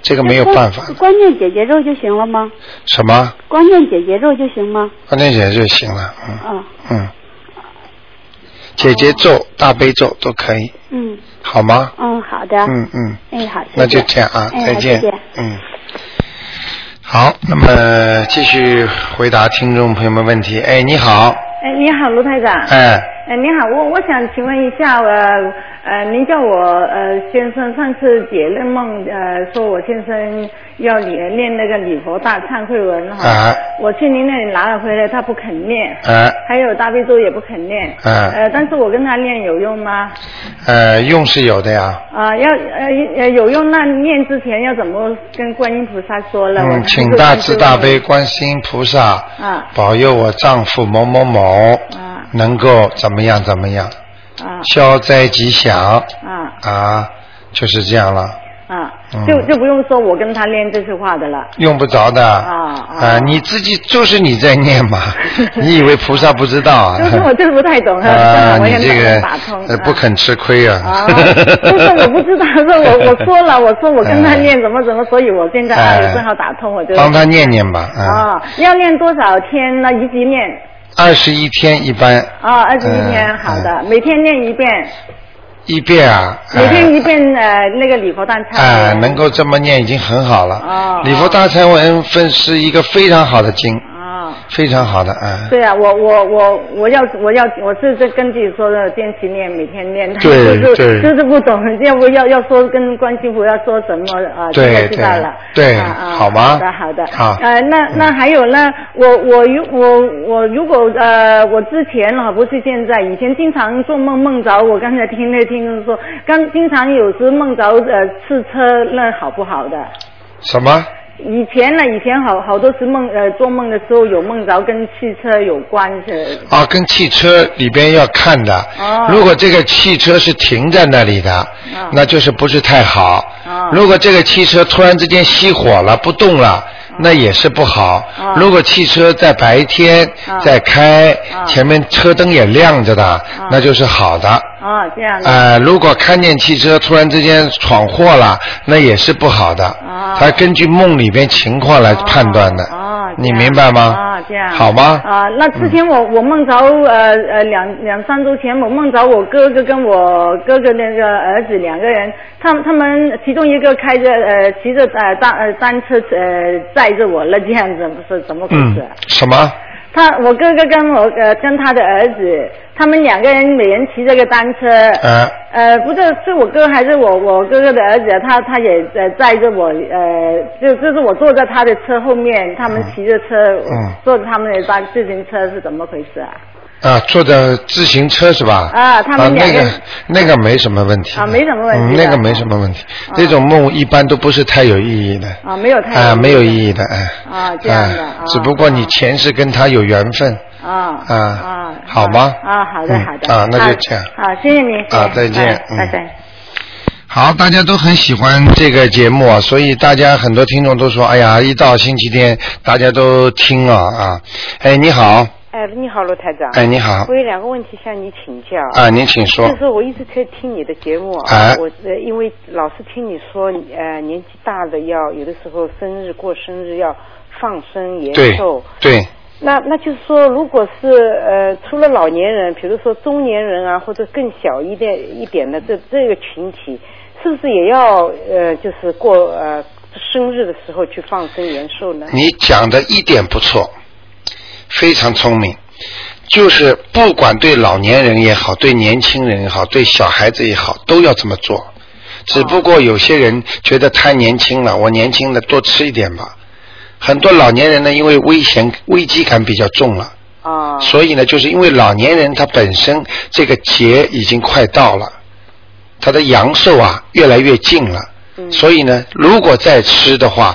A: 这个没有办法
E: 那。光念姐姐咒就行了吗？
A: 什么？
E: 光念姐姐咒就行吗？
A: 关键解就行了，嗯
E: 啊，
A: 嗯。姐姐
E: 哦
A: 咒、大悲咒都可以，
E: 嗯
A: 好吗？
E: 嗯，好的。
A: 嗯嗯，
E: 哎，好，谢谢
A: 那就这样啊，
E: 哎
A: 再
E: 好
A: 见
E: 谢谢。
A: 嗯。好，那么继续回答听众朋友们问题。哎，你好，
F: 哎，你好，卢台长。
A: 哎，
F: 哎，你好，我我想请问一下，呃呃，您叫我呃先生上次解了梦，呃，说我先生要念念那个礼佛大忏悔文哈，
A: 啊
F: 我去您那里拿了回来，他不肯念，
A: 哎。
F: 还有大悲咒也不肯念，
A: 啊
F: 呃，但是我跟他念有用吗？
A: 呃，用是有的呀。
F: 啊、要呃呃有用，那念之前要怎么跟观音菩萨说了？我
A: 嗯，请大慈大悲观世音菩萨
F: 啊
A: 保佑我丈夫某某某
F: 啊
A: 能够怎么样怎么样，
F: 啊
A: 消灾吉祥
F: 啊
A: 啊，就是这样了，
F: 啊
A: 嗯，
F: 就就不用说我跟他念这句话的了。
A: 用不着的
F: 啊啊
A: 啊，你自己就是你在念嘛， 你以为菩萨不知道啊？
F: 就 是我就是不太懂啊
A: 啊，
F: 我
A: 你
F: 也
A: 这
F: 没
A: 个
F: 打通
A: 呃
F: 啊
A: 不肯吃亏啊
F: 啊，就是我不知道，是我我说了，我说我跟他念怎么怎么，所以我现在
A: 哎
F: 啊也正好打通，我 就
A: 帮他念念吧，啊，
F: 啊，要念多少天呢？一直念
A: 二十一天一般，
F: 啊，二十一
A: 嗯
F: 天，好的，
A: 嗯
F: 每天念一遍，
A: 一遍啊，
F: 每
A: 哎
F: 天一遍呃那个礼佛大
A: 啊、
F: 忏悔
A: 能够这么念已经很好了。
F: 哦
A: 礼佛大忏文分是一个非常好的经，
F: 啊。
A: 非常好的啊。
F: 对啊，我我我我要我要我是这根据说的坚持念，每天念，
A: 对
F: 就是
A: 对
F: 就是不懂，要不要要说跟关心傅要说什么啊？
A: 对
F: 现在知道了，
A: 对对
F: 啊啊、
A: 好吗
F: 好的好的，
A: 好嗯
F: 呃，那那还有呢，我我如我我如果呃，我之前哈不是现在，以前经常做梦梦着，我刚才听那听众说，刚经常有时梦着呃刺车，那好不好的？
A: 什么？
F: 以前呢，以前好好多时梦，呃，做梦的时候有梦着跟汽车有关的，
A: 啊，跟汽车里边要看的。
F: 哦
A: 如果这个汽车是停在那里的，那就是不是太好。
F: 哦
A: 如果这个汽车突然之间熄火了，不动了。那也是不好。
F: 哦
A: 如果汽车在白天
F: 哦
A: 在开，
F: 哦
A: 前面车灯也亮着的，那就是好的。
F: 啊，这样的，
A: 呃，如果看见汽车突然之间闯祸了，那也是不好的。
F: 哦
A: 他根据梦里边情况来判断的。
F: 哦，这样
A: 你明白吗？
F: 啊，这样。
A: 好吗？
F: 啊，那之前我我梦着呃呃两两三周前，我梦着我哥哥跟我哥哥那个儿子两个人，他们他们其中一个开着呃骑着呃单呃单车呃载着我了，这样子是怎么回
A: 嗯
F: 事啊？，
A: 什么？
F: 他我哥哥跟我呃跟他的儿子，他们两个人每人骑着个单车。
A: 呃，
F: 呃，不知道是我哥还是我我哥哥的儿子，他他也呃载着我，呃，就就是我坐在他的车后面，他们骑着车，
A: 嗯
F: 坐着他们的单自行车是怎么回事啊？
A: 啊，坐的自行车是吧？
F: 啊他们两
A: 那
F: 个
A: 个那个没什么问题的。
F: 啊没什么问
A: 嗯，
F: 题的
A: 那个没什么问题，那种梦一般都不是太有意义的。
F: 啊，没有太
A: 啊，没有意
F: 义
A: 义的，哎。
F: 啊这样
A: 哎
F: 的啊
A: 只不过你前世跟他有缘分。
F: 啊
A: 啊
F: 啊，
A: 好吗
F: 啊，好的
A: 嗯
F: 好的
A: 啊那就这样
F: 好，谢谢你
A: 啊再见
F: 哎
A: 嗯
F: 拜拜。
A: 好，大家都很喜欢这个节目啊，所以大家很多听众都说，哎呀，一到星期天大家都听啊啊。哎，你好，
G: 哎，你好，罗台长。
A: 哎，你好
G: 我，有两个问题向你请教。
A: 啊，您请说
G: 就是我一直在听你的节目
A: 哎
G: 我呃，因为老是听你说，呃，年纪大了要有的时候生日过生日要放生延
A: 对
G: 寿。
A: 对，
G: 那那就是说，如果是呃，除了老年人，比如说中年人啊，或者更小一点一点的这这个群体，是不是也要呃，就是过呃生日的时候去放生延寿呢？
A: 你讲的一点不错，非常聪明。就是不管对老年人也好，对年轻人也好，对小孩子也好，都要这么做。只不过有些人觉得太年轻了，我年轻的多吃一点吧。很多老年人呢，因为危险危机感比较重了，
G: 啊
A: 所以呢，就是因为老年人他本身这个节已经快到了，他的阳寿啊越来越近了，所以呢，如果再吃的话，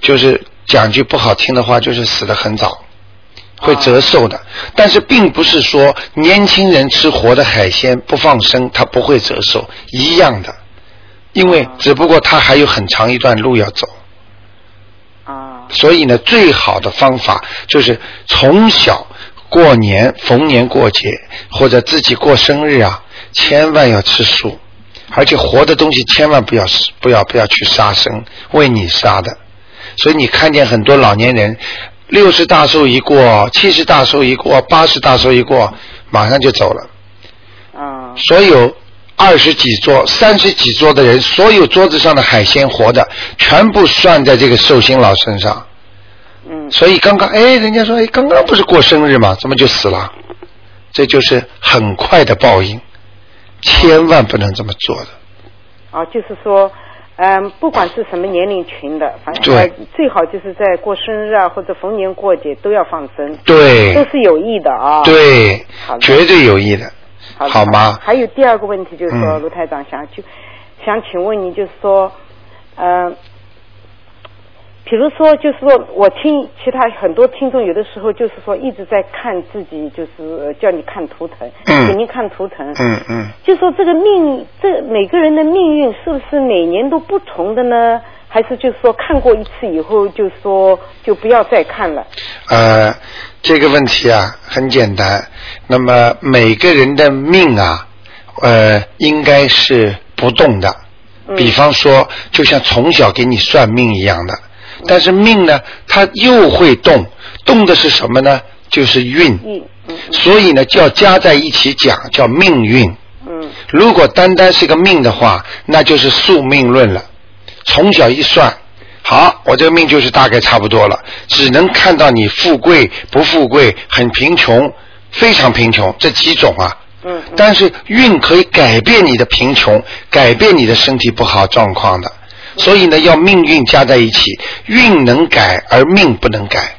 A: 就是讲句不好听的话，就是死得很早，会折寿的。但是并不是说年轻人吃活的海鲜不放生，他不会折寿，一样的，因为只不过他还有很长一段路要走。
G: 啊
A: 所以呢，最好的方法就是从小过年、逢年过节或者自己过生日啊，千万要吃素，而且活的东西千万不要不要不要去杀生，为你杀的。所以你看见很多老年人，六十大寿一过，七十大寿一过，八十大寿一过，马上就走了。
G: 啊
A: 所有二十几桌、三十几桌的人，所有桌子上的海鲜活的，全部算在这个寿星老身上。
G: 嗯
A: 所以刚刚，哎，人家说，哎，刚刚不是过生日吗？怎么就死了？这就是很快的报应，千万不能这么做的。
G: 啊，就是说，嗯，不管是什么年龄群的，反正
A: 对
G: 哎最好就是在过生日啊或者逢年过节都要放生，
A: 对，
G: 都是有益的啊。，
A: 对
G: 好，的
A: 绝对有益的。
G: 好的
A: 好吗
G: 的还有第二个问题就是说，
A: 嗯
G: 卢台长想就想请问你，就是说，嗯。比如说，就是说我听其他很多听众，有的时候就是说一直在看自己，就是呃叫你看图腾，
A: 嗯
G: 给您看图腾，
A: 嗯嗯，
G: 就说这个命，这每个人的命运是不是每年都不同的呢？还是就是说看过一次以后就说就不要再看了？
A: 呃，这个问题啊很简单。那么每个人的命啊，呃，应该是不动的。
G: 嗯
A: 比方说，就像从小给你算命一样的，但是命呢，它又会动，动的是什么呢？就是运。
G: 嗯嗯
A: 所以呢，就要加在一起讲，叫命运。
G: 嗯
A: 如果单单是个命的话，那就是宿命论了。从小一算，好，我这个命就是大概差不多了，只能看到你富贵不富贵，很贫穷，非常贫穷这几种啊。
G: 嗯
A: 但是运可以改变你的贫穷，改变你的身体不好状况的。所以呢，要命运加在一起，运能改而命不能改。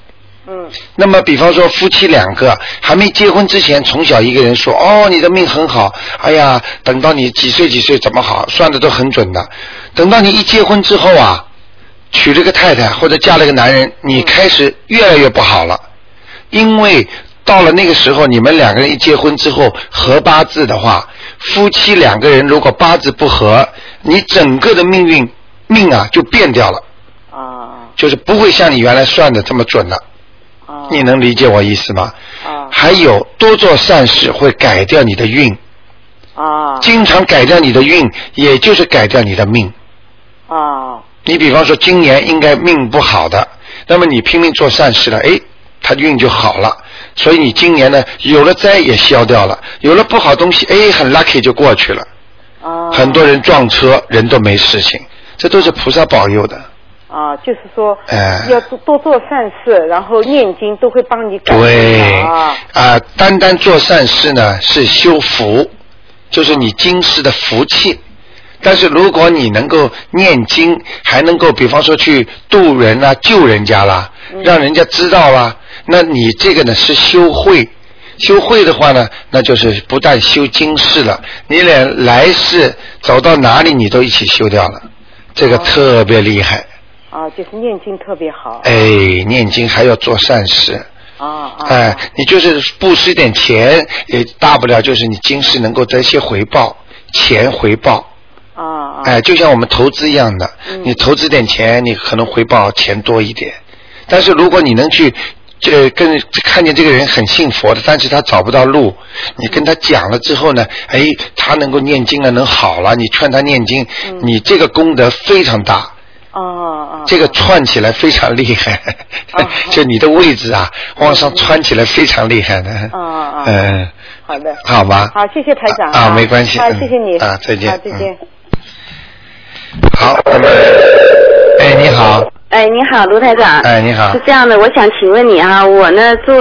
G: 嗯
A: 那么，比方说夫妻两个还没结婚之前，从小一个人说：“哦，你的命很好，哎呀，等到你几岁几岁怎么好，算的都很准的。”等到你一结婚之后啊，娶了个太太或者嫁了个男人，你开始越来越不好了，因为到了那个时候，你们两个人一结婚之后合八字的话，夫妻两个人如果八字不合，你整个的命运命啊就变掉了，
G: 啊
A: 就是不会像你原来算的这么准了。
G: 啊
A: 你能理解我意思吗？
G: 啊
A: 还有多做善事会改掉你的运，
G: 啊
A: 经常改掉你的运，也就是改掉你的命。
G: 啊
A: 你比方说今年应该命不好的，那么你拼命做善事了，哎，他运就好了。所以你今年呢，有了灾也消掉了，有了不好东西，哎，很 lucky 就过去了。
G: 啊！
A: 很多人撞车，人都没事情，这都是菩萨保佑的。
G: 啊，就是说
A: 哎
G: 要多多做善事，然后念经都会帮你改
A: 对，
G: 啊
A: 啊、单单做善事呢是修福，就是你今世的福气。但是如果你能够念经，还能够比方说去度人啦、救人家啦，让人家知道啦，那你这个呢是修慧。修慧的话呢，那就是不但修今世了，你连来世走到哪里你都一起修掉了，这个特别厉害。
G: 啊，就是念经特别好。
A: 哎，念经还要做善事。
G: 啊啊。
A: 哎，你就是布施点钱，也大不了就是你今世能够得一些回报，钱回报。
G: 啊啊。嗯
A: 哎，就像我们投资一样的，你投资点钱，你可能回报钱多一点。但是如果你能去，这跟看见这个人很信佛的，但是他找不到路，你跟他讲了之后呢，哎，他能够念经了，能好了，你劝他念经，
G: 嗯
A: 你这个功德非常大。
H: 啊
G: 哦
A: 这个串起来非常厉害， 就你的位置啊，往上穿起来非常厉害的。
G: 哦
H: 啊
G: 哦。
A: 嗯，
G: 好的。
A: 好吧
G: 好，谢谢台长
A: 啊没关系
G: 好，
A: 嗯
G: 谢谢你
A: 啊再见
G: 好，再见。
A: 好，那么，哎，你好，
H: 哎，你好，卢台长。
A: 哎，你好
H: 是，这样的，我想请问你啊，我呢做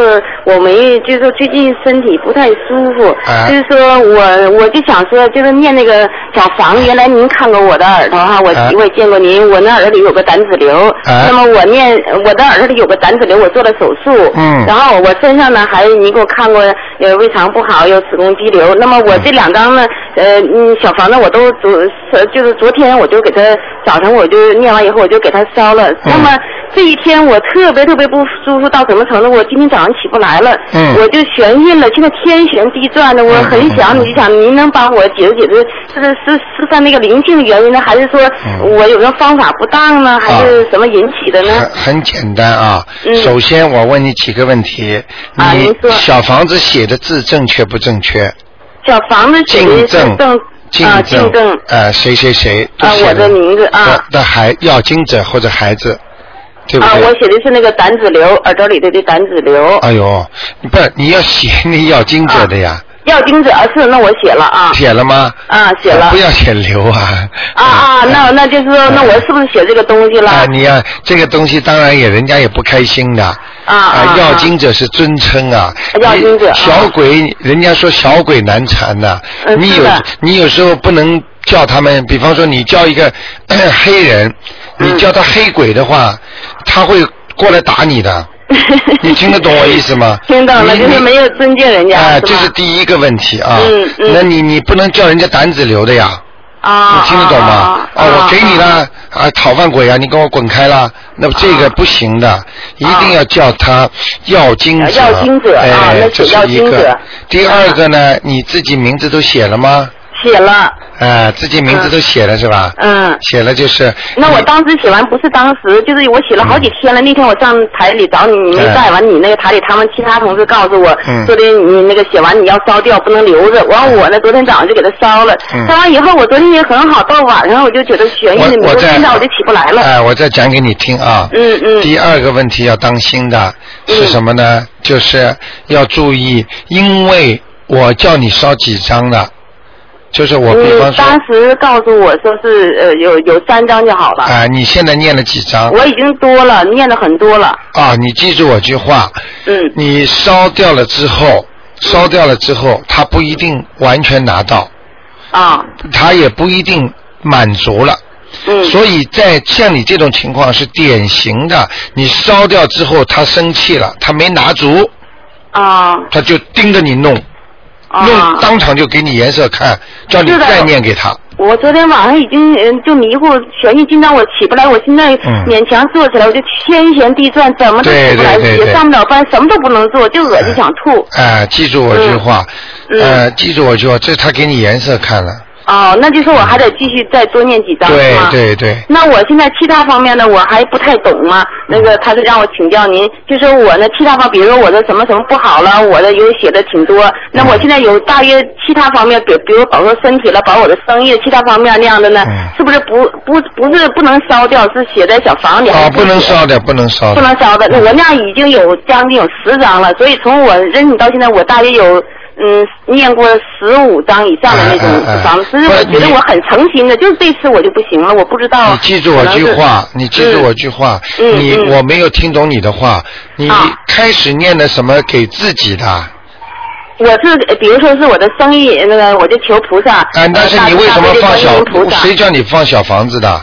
H: 我没就是说最近身体不太舒服，
A: 啊
H: 就是说我我就想说就是念那个小房，原来您看过我的耳朵哈，我、
A: 啊
H: 我也见过您，我那耳朵里有个胆子瘤，
A: 啊
H: 那么我念我的耳朵里有个胆子瘤，我做了手术，
A: 嗯
H: 然后哦我身上呢还你给我看过呃胃肠不好有子宫肌瘤，那么我这两张呢呃嗯小房子我都昨呃就是昨天我就给他早晨我就念完以后我就给他烧了，
A: 嗯
H: 那么。这一天我特别特别不舒服到什么程度？我今天早上起不来了，
A: 嗯
H: 我就眩晕了，现在天旋地转的，我很想，你就想您能帮我解释解释，这是是是算那个灵性的原因呢，还是说
A: 嗯啊
H: 我有个方法不当呢，还是什么引起的呢
A: 很？很简单啊。
H: 嗯
A: 首先，我问你几个问题，
H: 啊
A: 你
H: 您说啊
A: 小房子写的字正确不正确？
H: 小房子写的
A: 竞
H: 是
A: 争
H: 正啊，竞争
A: 呃，谁谁谁都
H: 啊
A: 写了，
H: 我的名字啊
A: 的的孩要经者或者孩子，对不
H: 啊，
A: 对？
H: 我写的是那个胆子瘤，耳朵里头的胆子瘤，
A: 哎呦，你不，你要写 那要经者的呀，
H: 药精子啊是，那我写了啊
A: 写了吗？
H: 啊写了
A: 啊不要写嗯流 啊。
H: 啊啊，那那就是说，那我是不是写这个东西了？
A: 啊，你要、这个东西，当然也人家也不开心的。
H: 啊
A: 啊
H: 啊！
A: 要经者是尊称啊，
H: 要经者
A: 你
H: 啊
A: 小鬼，人家说小鬼难缠呐、
H: 嗯
A: 你
H: 是
A: 有
H: 的
A: 你有时候不能叫他们，比方说你叫一个 黑人，
H: 嗯
A: 你叫他黑鬼的话，他会过来打你 的。你听得懂我意思吗？
H: 听懂了，
A: 你
H: 就是
A: 你
H: 没有尊敬人家，
A: 哎，
H: 是
A: 这
H: 吧？
A: 是第一个问题啊。
H: 嗯嗯
A: 那你你不能叫人家胆子瘤的呀，
H: 啊，
A: 你听得懂吗？
H: 啊，啊
A: 啊，我给你了，啊，讨饭鬼啊，你给我滚开啦！那么这个不行的，一定要叫他要经者。
H: 要经者
A: 哎，
H: 啊那
A: 这
H: 写
A: 是一
H: 要经
A: 个
H: 者。
A: 第二个呢，你自己名字都写了吗？
H: 写了，
A: 哎，自己名字都写了是吧？
H: 嗯。
A: 写了就是。
H: 那我
A: 你
H: 当时写完不是当时，就是我写了好几天了。那天我上台里找你，你没
A: 嗯
H: 在。完你那个台里，他们其他同事告诉我
A: 嗯，
H: 说的你那个写完你要烧掉，不能留着。完我呢，昨天早上就给它烧了
A: 嗯。
H: 烧完以后，我昨天也很好，到晚上我就觉得眩
A: 我
H: 晕的，
A: 我
H: 我
A: 再
H: 现在我就起不来了。
A: 哎，我再讲给你听啊。
H: 嗯嗯
A: 第二个问题要当心的是什么呢？就是要注意，因为我叫你烧几张了，就是我比方说，
H: 你当时告诉我说是呃有有三张就好了，
A: 啊、你现在念了几张？
H: 我已经多了，念的很多了。
A: 啊，你记住我句话，
H: 嗯
A: 你烧掉了之后，烧掉了之后，他不一定完全拿到，
H: 啊
A: 他也不一定满足了。
H: 嗯
A: 所以在像你这种情况是典型的，你烧掉之后他生气了，他没拿足，
H: 啊
A: 他就盯着你弄，
H: 啊！
A: 弄当场就给你颜色看，叫你
H: 是的
A: 再念给他。
H: 我昨天晚上已经嗯就迷糊，旋律紧张，我起不来，我现在
A: 嗯
H: 勉强坐起来，我就天旋地转，怎么都
A: 对
H: 起不来，
A: 对对对
H: 也上不了班，什么都不能做，就恶心想吐。
A: 哎、记住我句话，
H: 嗯嗯
A: 呃，记住我句话，这他给你颜色看了。
H: 哦，那就是我还得继续再多念几张，
A: 对
H: 是吗？
A: 对对，
H: 那我现在其他方面呢，我还不太懂嘛。那
A: 嗯
H: 个，他是让我请教您，就说我呢，其他方，比如说我的什么什么不好了，我的有写的挺多。那
A: 嗯
H: 我现在有大约其他方面，比比如保说身体了，保我的生意，其他方面那样的呢，
A: 嗯
H: 是不是不不不是不能烧掉，是写在小房里？
A: 啊，
H: 还是
A: 不能
H: 写
A: 烧的，不能烧的。
H: 不能烧的。那我那样已经有将近有十张了，所以从我认识到现在，我大约有嗯念过十五张以上的那
A: 哎哎哎
H: 种房子。所以
A: 不
H: 我
A: 是
H: 觉得
A: 你
H: 我很诚心的，就是这次我就不行了，我不知道。
A: 你记住我句话，你记住我句话，
H: 嗯
A: 你
H: 嗯
A: 我没有听懂你的话，你
H: 啊
A: 开始念的什么给自己的？啊
H: 嗯我是比如说是我的生意那个，我就求菩萨。
A: 啊，但是你为什么放
H: 呃大
A: 小
H: 悲观音菩？萨
A: 谁叫你放小房子的？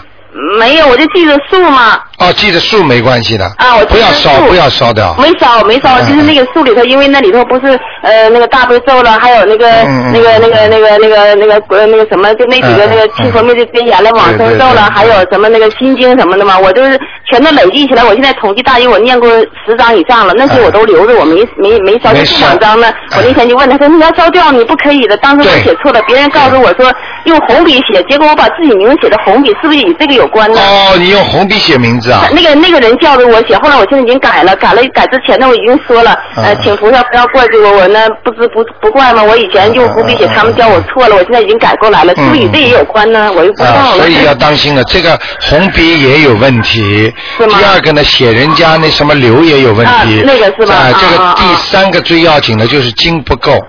H: 没有，我就记着数嘛。
A: 哦，记得数没关系的。
H: 啊，我记
A: 不要
H: 得
A: 烧，
H: 数
A: 不要烧掉。
H: 没烧，没烧，
A: 嗯
H: 就是那个树里头，因为那里头不是呃那个大悲咒了，还有那个
A: 嗯嗯
H: 那个那个那个那个那个呃那个什么，就那几个
A: 嗯嗯
H: 那个七佛灭罪真言了、往
A: 对
H: 生
A: 对
H: 咒
A: 对
H: 了
A: 对，
H: 还有什么那个心经什么的嘛，我就是全都累计起来。我现在统计大约我念过十章以上了，那些
A: 嗯
H: 我都留着，我没没没烧，
A: 没
H: 就
A: 事
H: 这两张呢。我那天就问他说你要烧掉你不可以的，当时我
A: 对
H: 写错了，别人告诉我说用红笔写，结果我把自己名字写的红笔，是不是与这个有关呢？
A: 哦，你用红笔写名字啊？
H: 那个那个人叫着我写，后来我现在已经改了，改了改之前呢我已经说了，呃
A: 嗯，
H: 请菩萨不要怪罪我，我呢不知不不怪嘛，我以前用红笔写，他们教我错了，我现在已经改过来了，是不是与这也有关呢？我又不知
A: 嗯啊
H: 道，了
A: 所。以要当心了，这个红笔也有问题。
H: 是吗
A: 第二个呢，写人家那什么流也有问题。
H: 啊那个是吧
A: 啊，这个
H: 啊啊啊
A: 第三个最要紧的就是经不够，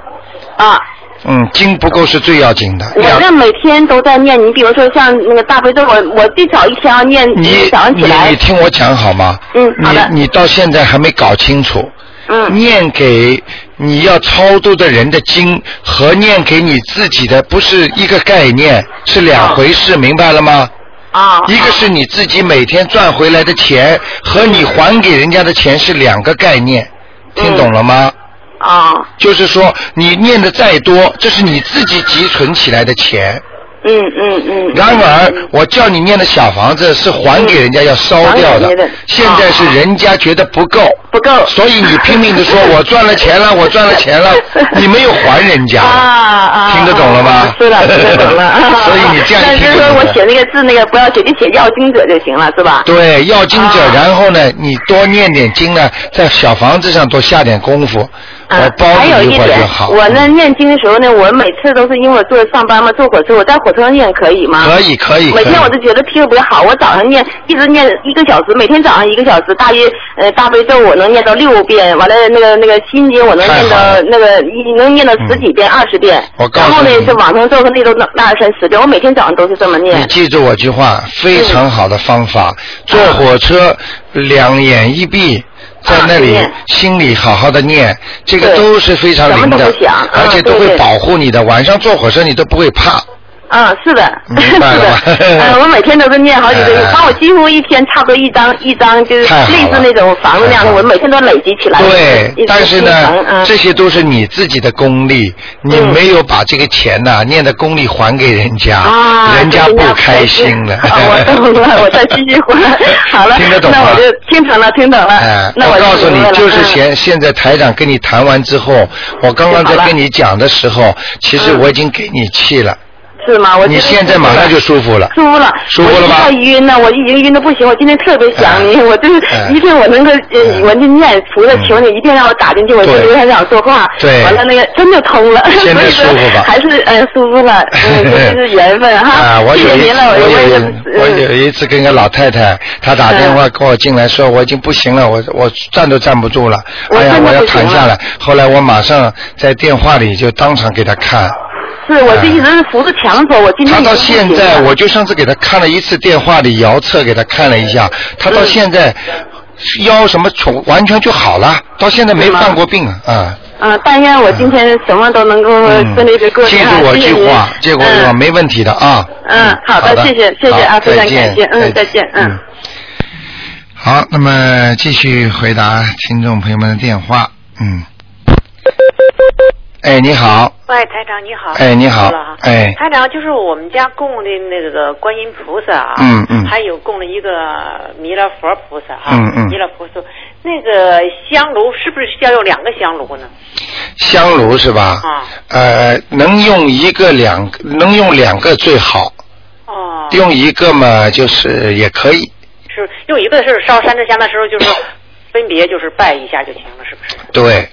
H: 啊，
A: 嗯，经不够是最要紧的。
H: 我
A: 两
H: 这每天都在念，你比如说像那个大悲咒，我我最少一天要念，
A: 你
H: 早上起
A: 你
H: 来
A: 你，听我讲好吗？
H: 嗯好的
A: 你你到现在还没搞清楚，
H: 嗯
A: 念给你要超度的人的经和念给你自己的不是一个概念，是
H: 哦
A: 两回事，明白了吗？
H: 啊，
A: 一个是你自己每天赚回来的钱和你还给人家的钱是两个概念，听懂了吗？
H: 嗯啊，
A: 就是说你念的再多，这是你自己积存起来的钱。
H: 嗯嗯嗯，
A: 然而，我叫你念的小房子是还给人家要烧掉的
H: 还给人家的，
A: 现在是人家觉得不够，
H: 不够
A: 所以你拼命的 说我赚了钱了，我赚了钱了，你没有还人家。
H: 啊啊！
A: 听得懂了吧。
H: 是的，听得懂了
A: 所以你这样
H: 但
A: 听
H: 是
A: 不
H: 说
A: 懂
H: 我写那个字那个不要写，就写要经者就行了，是吧？
A: 对，要经者，
H: 啊
A: 然后呢，你多念点经呢，在小房子上多下点功夫，我
H: 啊，
A: 包
H: 还有
A: 你
H: 一
A: 一会儿
H: 点
A: 就好。，
H: 我呢念经的时候呢，我每次都是因为我坐上班嘛，坐火车，我在火车上念可以吗？
A: 可以可以。
H: 每天
A: 可以
H: 我都觉得特别好，我早上念一直念一个小时，每天早上一个小时，大约呃大悲咒我能念到六遍，完了那个那个心经我能念
A: 太好
H: 到
A: 了
H: 那个一能念到十几遍、二十遍，
A: 我告诉
H: 然后呢
A: 你
H: 是往生咒和那都那二三十遍，我每天早上都是这么念
A: 你。记住我句话，非常好的方法。坐
H: 啊
A: 火车，两眼一闭，在那里、
H: 念
A: 心里好好的念，这个
H: 对
A: 都是非常
H: 什么
A: 灵
H: 都
A: 的
H: 不想，
A: 而且
H: 啊
A: 都
H: 对
A: 会
H: 对
A: 保护你的。晚上坐火车你都不会怕。
H: 嗯，是的，
A: 明
H: 是
A: 白了
H: 的
A: 吗，
H: 呃，我每天都是念好几个
A: 哎，
H: 把我几乎一天差不多一张一张，就是
A: 太好了
H: 类似那种房子那样
A: 太
H: 的，
A: 好了
H: 我每天都累积起来。一
A: 对，
H: 一
A: 但是
H: 一层
A: 呢，
H: 嗯
A: 这些都是你自己的功力，你
H: 嗯
A: 没有把这个钱呐念的功力还给人家
H: 啊，，
A: 人家
H: 就是
A: 不
H: 要
A: 开心的。
H: 啊我懂了，我再继续回来。好了，
A: 听得懂吗
H: 那我就听懂了，听懂
A: 哎
H: 了。，那
A: 我告诉
H: 就
A: 你
H: 明白，了
A: 就是
H: 嗯
A: 现现在台长跟你谈完之后，我刚刚在
H: 就好了
A: 跟你讲的时候，其实
H: 嗯
A: 我已经给你气了，
H: 是吗？我
A: 你
H: 今天
A: 现在马上就舒服了。
H: 舒服了，
A: 舒服了吧
H: 我一下晕呢，我已经晕的不行。我今天特别想你，
A: 哎
H: 我就是
A: 哎
H: 一定我能够，
A: 哎嗯
H: 呃，我就念菩萨求你一定让我打进去。我
A: 对
H: 就很想说话，
A: 对
H: 完了那个真就通了，
A: 现 在
H: 所以说
A: 舒服吧
H: 还是嗯 舒服了，嗯，这就是缘分
A: 啊，
H: 哈。
A: 我
H: 谢
A: 有
H: 谢
A: 一
H: 您
A: 次
H: 了，
A: 我
H: 我呃
A: 有
H: 也
A: 一我有一次跟个老太太，她
H: 嗯
A: 打电话跟我进来说我已经不行了，我我站都站不住了，
H: 我
A: 哎呀
H: 真的
A: 我要
H: 不
A: 躺
H: 行
A: 下
H: 了
A: 来。后来我马上在电话里就当场给她看，
H: 是我这一直是扶着墙走，我今天
A: 啊他到
H: 已经不行
A: 现
H: 了
A: 在，我就上次给他看了一次电话里遥测，给他看了一下，他
H: 嗯
A: 到现在腰什么肿完全就好了，到现在没犯过病啊啊。
H: 嗯，但愿我今天什么都能够
A: 嗯
H: 顺利的过去
A: 记
H: 哈。
A: 住我
H: 谢谢
A: 句
H: 您
A: 话，记住我句话，
H: 嗯
A: 没问题的啊。
H: 嗯好的谢谢谢谢
A: 好
H: 啊非常
A: 再见
H: 感谢嗯再见嗯。
A: 好，那么继续回答听众朋友们的电话，嗯。哎，你好，
I: 喂，台长你好。
A: 哎，你好
I: 了啊，
A: 哎，
I: 台长就是我们家供的那个观音菩萨啊，
A: 嗯嗯
I: 还有供了一个弥勒佛菩萨啊，
A: 嗯嗯
I: 弥勒菩萨那个香炉是不是要用两个香炉呢？
A: 香炉是吧？
I: 啊
A: 呃，能用一个两个，能用两个最好，
I: 哦，
A: 用一个嘛就是也可以，
I: 是用一个是烧三支香的时候，就是分别就是拜一下就行了，是不是？
A: 对，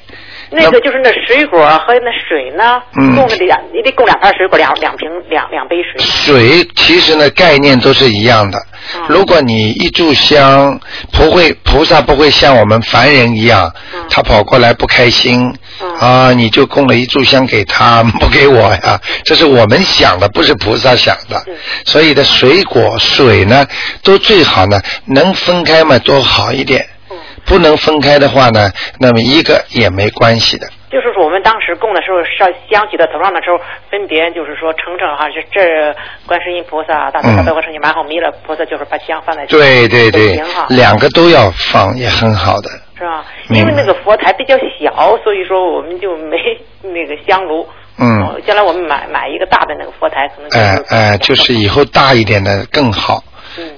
I: 那个就是那水果和那水呢，
A: 嗯
I: 供了两，你得供两盘水果，两两瓶两两杯水。
A: 水其实呢概念都是一样的。
I: 嗯
A: 如果你一炷香，不会菩萨不会像我们凡人一样
I: 嗯，
A: 他跑过来不开心
I: 嗯
A: 啊，你就供了一炷香给他， 不给我呀，这是我们想的，不是菩萨想的
I: 是。
A: 所以的水果水呢，都最好呢能分开嘛，都好一点
I: 嗯。
A: 不能分开的话呢，那么一个也没关系的。
I: 就是说我们当时供的时候烧香举到头上的时候，分别就是说程程哈，这这观世音菩萨、大慈大悲观世音、马好弥勒菩萨，就是把香放在
A: 对对对
I: 哎挺好，，
A: 两个都要放也很好的。
I: 是吧？因为那个佛台比较小，所以说我们就没那个香炉。哦
A: 嗯，
I: 将来我们买买一个大的那个佛台，可能
A: 哎、哎、就是以后大一点的更好。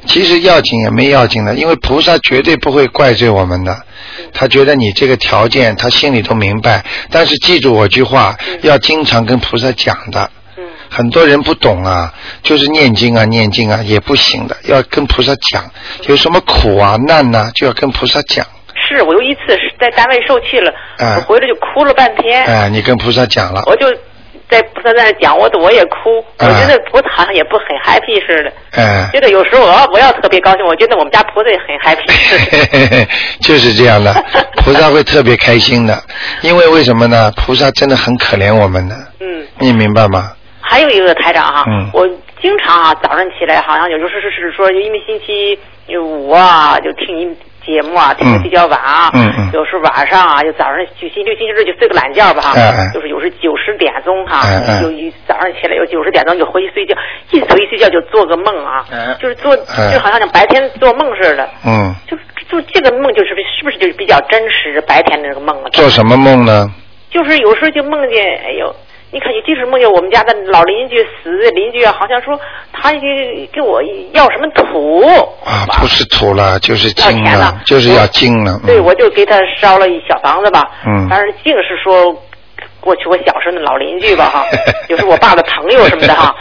A: 其实要紧也没要紧的，因为菩萨绝对不会怪罪我们的，他觉得你这个条件，他心里都明白。但是记住我句话，要经常跟菩萨讲的。很多人不懂啊，就是念经啊，念经啊也不行的，要跟菩萨讲，有什么苦啊、难呐、就要跟菩萨讲。
I: 是我有一次是在单位受气了，
A: 哎
I: 我回来就哭了半天，
A: 哎、你跟菩萨讲了，
I: 我就在菩萨那讲，我我也哭，
A: 啊
I: 我觉得菩萨好像也不很 happy 似的，
A: 哎、
I: 觉得有时候我要我要特别高兴，我觉得我们家菩萨也很 happy 似 的。
A: 嘿嘿嘿，就是这 样的，菩萨会特别开心的，因为为什么呢？菩萨真的很可怜我们的，
I: 嗯，
A: 你明白吗？
I: 还有一个台长哈，
A: 嗯
I: 我经常啊早上起来好像有时候是是说，因为星期五啊就听您节目啊，听的比较晚啊，
J: 嗯嗯
I: 有时候晚上啊就早上就星期六、星期日就睡个懒觉吧哈，
J: 哎哎
I: 就是有时九十点钟哈，
J: 哎哎
I: 有一早上起来有九十点钟就回去睡觉，一回睡觉就做个梦啊，就是做
A: 哎
I: 就好像像白天做梦似的，
A: 嗯，
I: 就这个梦就是是不是就是比较真实白天的那个梦啊？
A: 做什么梦呢？
I: 就是有时候就梦见，哎呦，你看，你就是梦见我们家的老邻居死的邻居啊，好像说他给给我要什么土，
A: 啊，不是土了，就是金
I: 要钱
A: 了
I: 了，
A: 就是要金了。
I: 对，我就给他烧了一小房子吧，
A: 嗯
I: 反正净是说过去我小时候的老邻居吧哈，就是我爸的朋友什么的哈，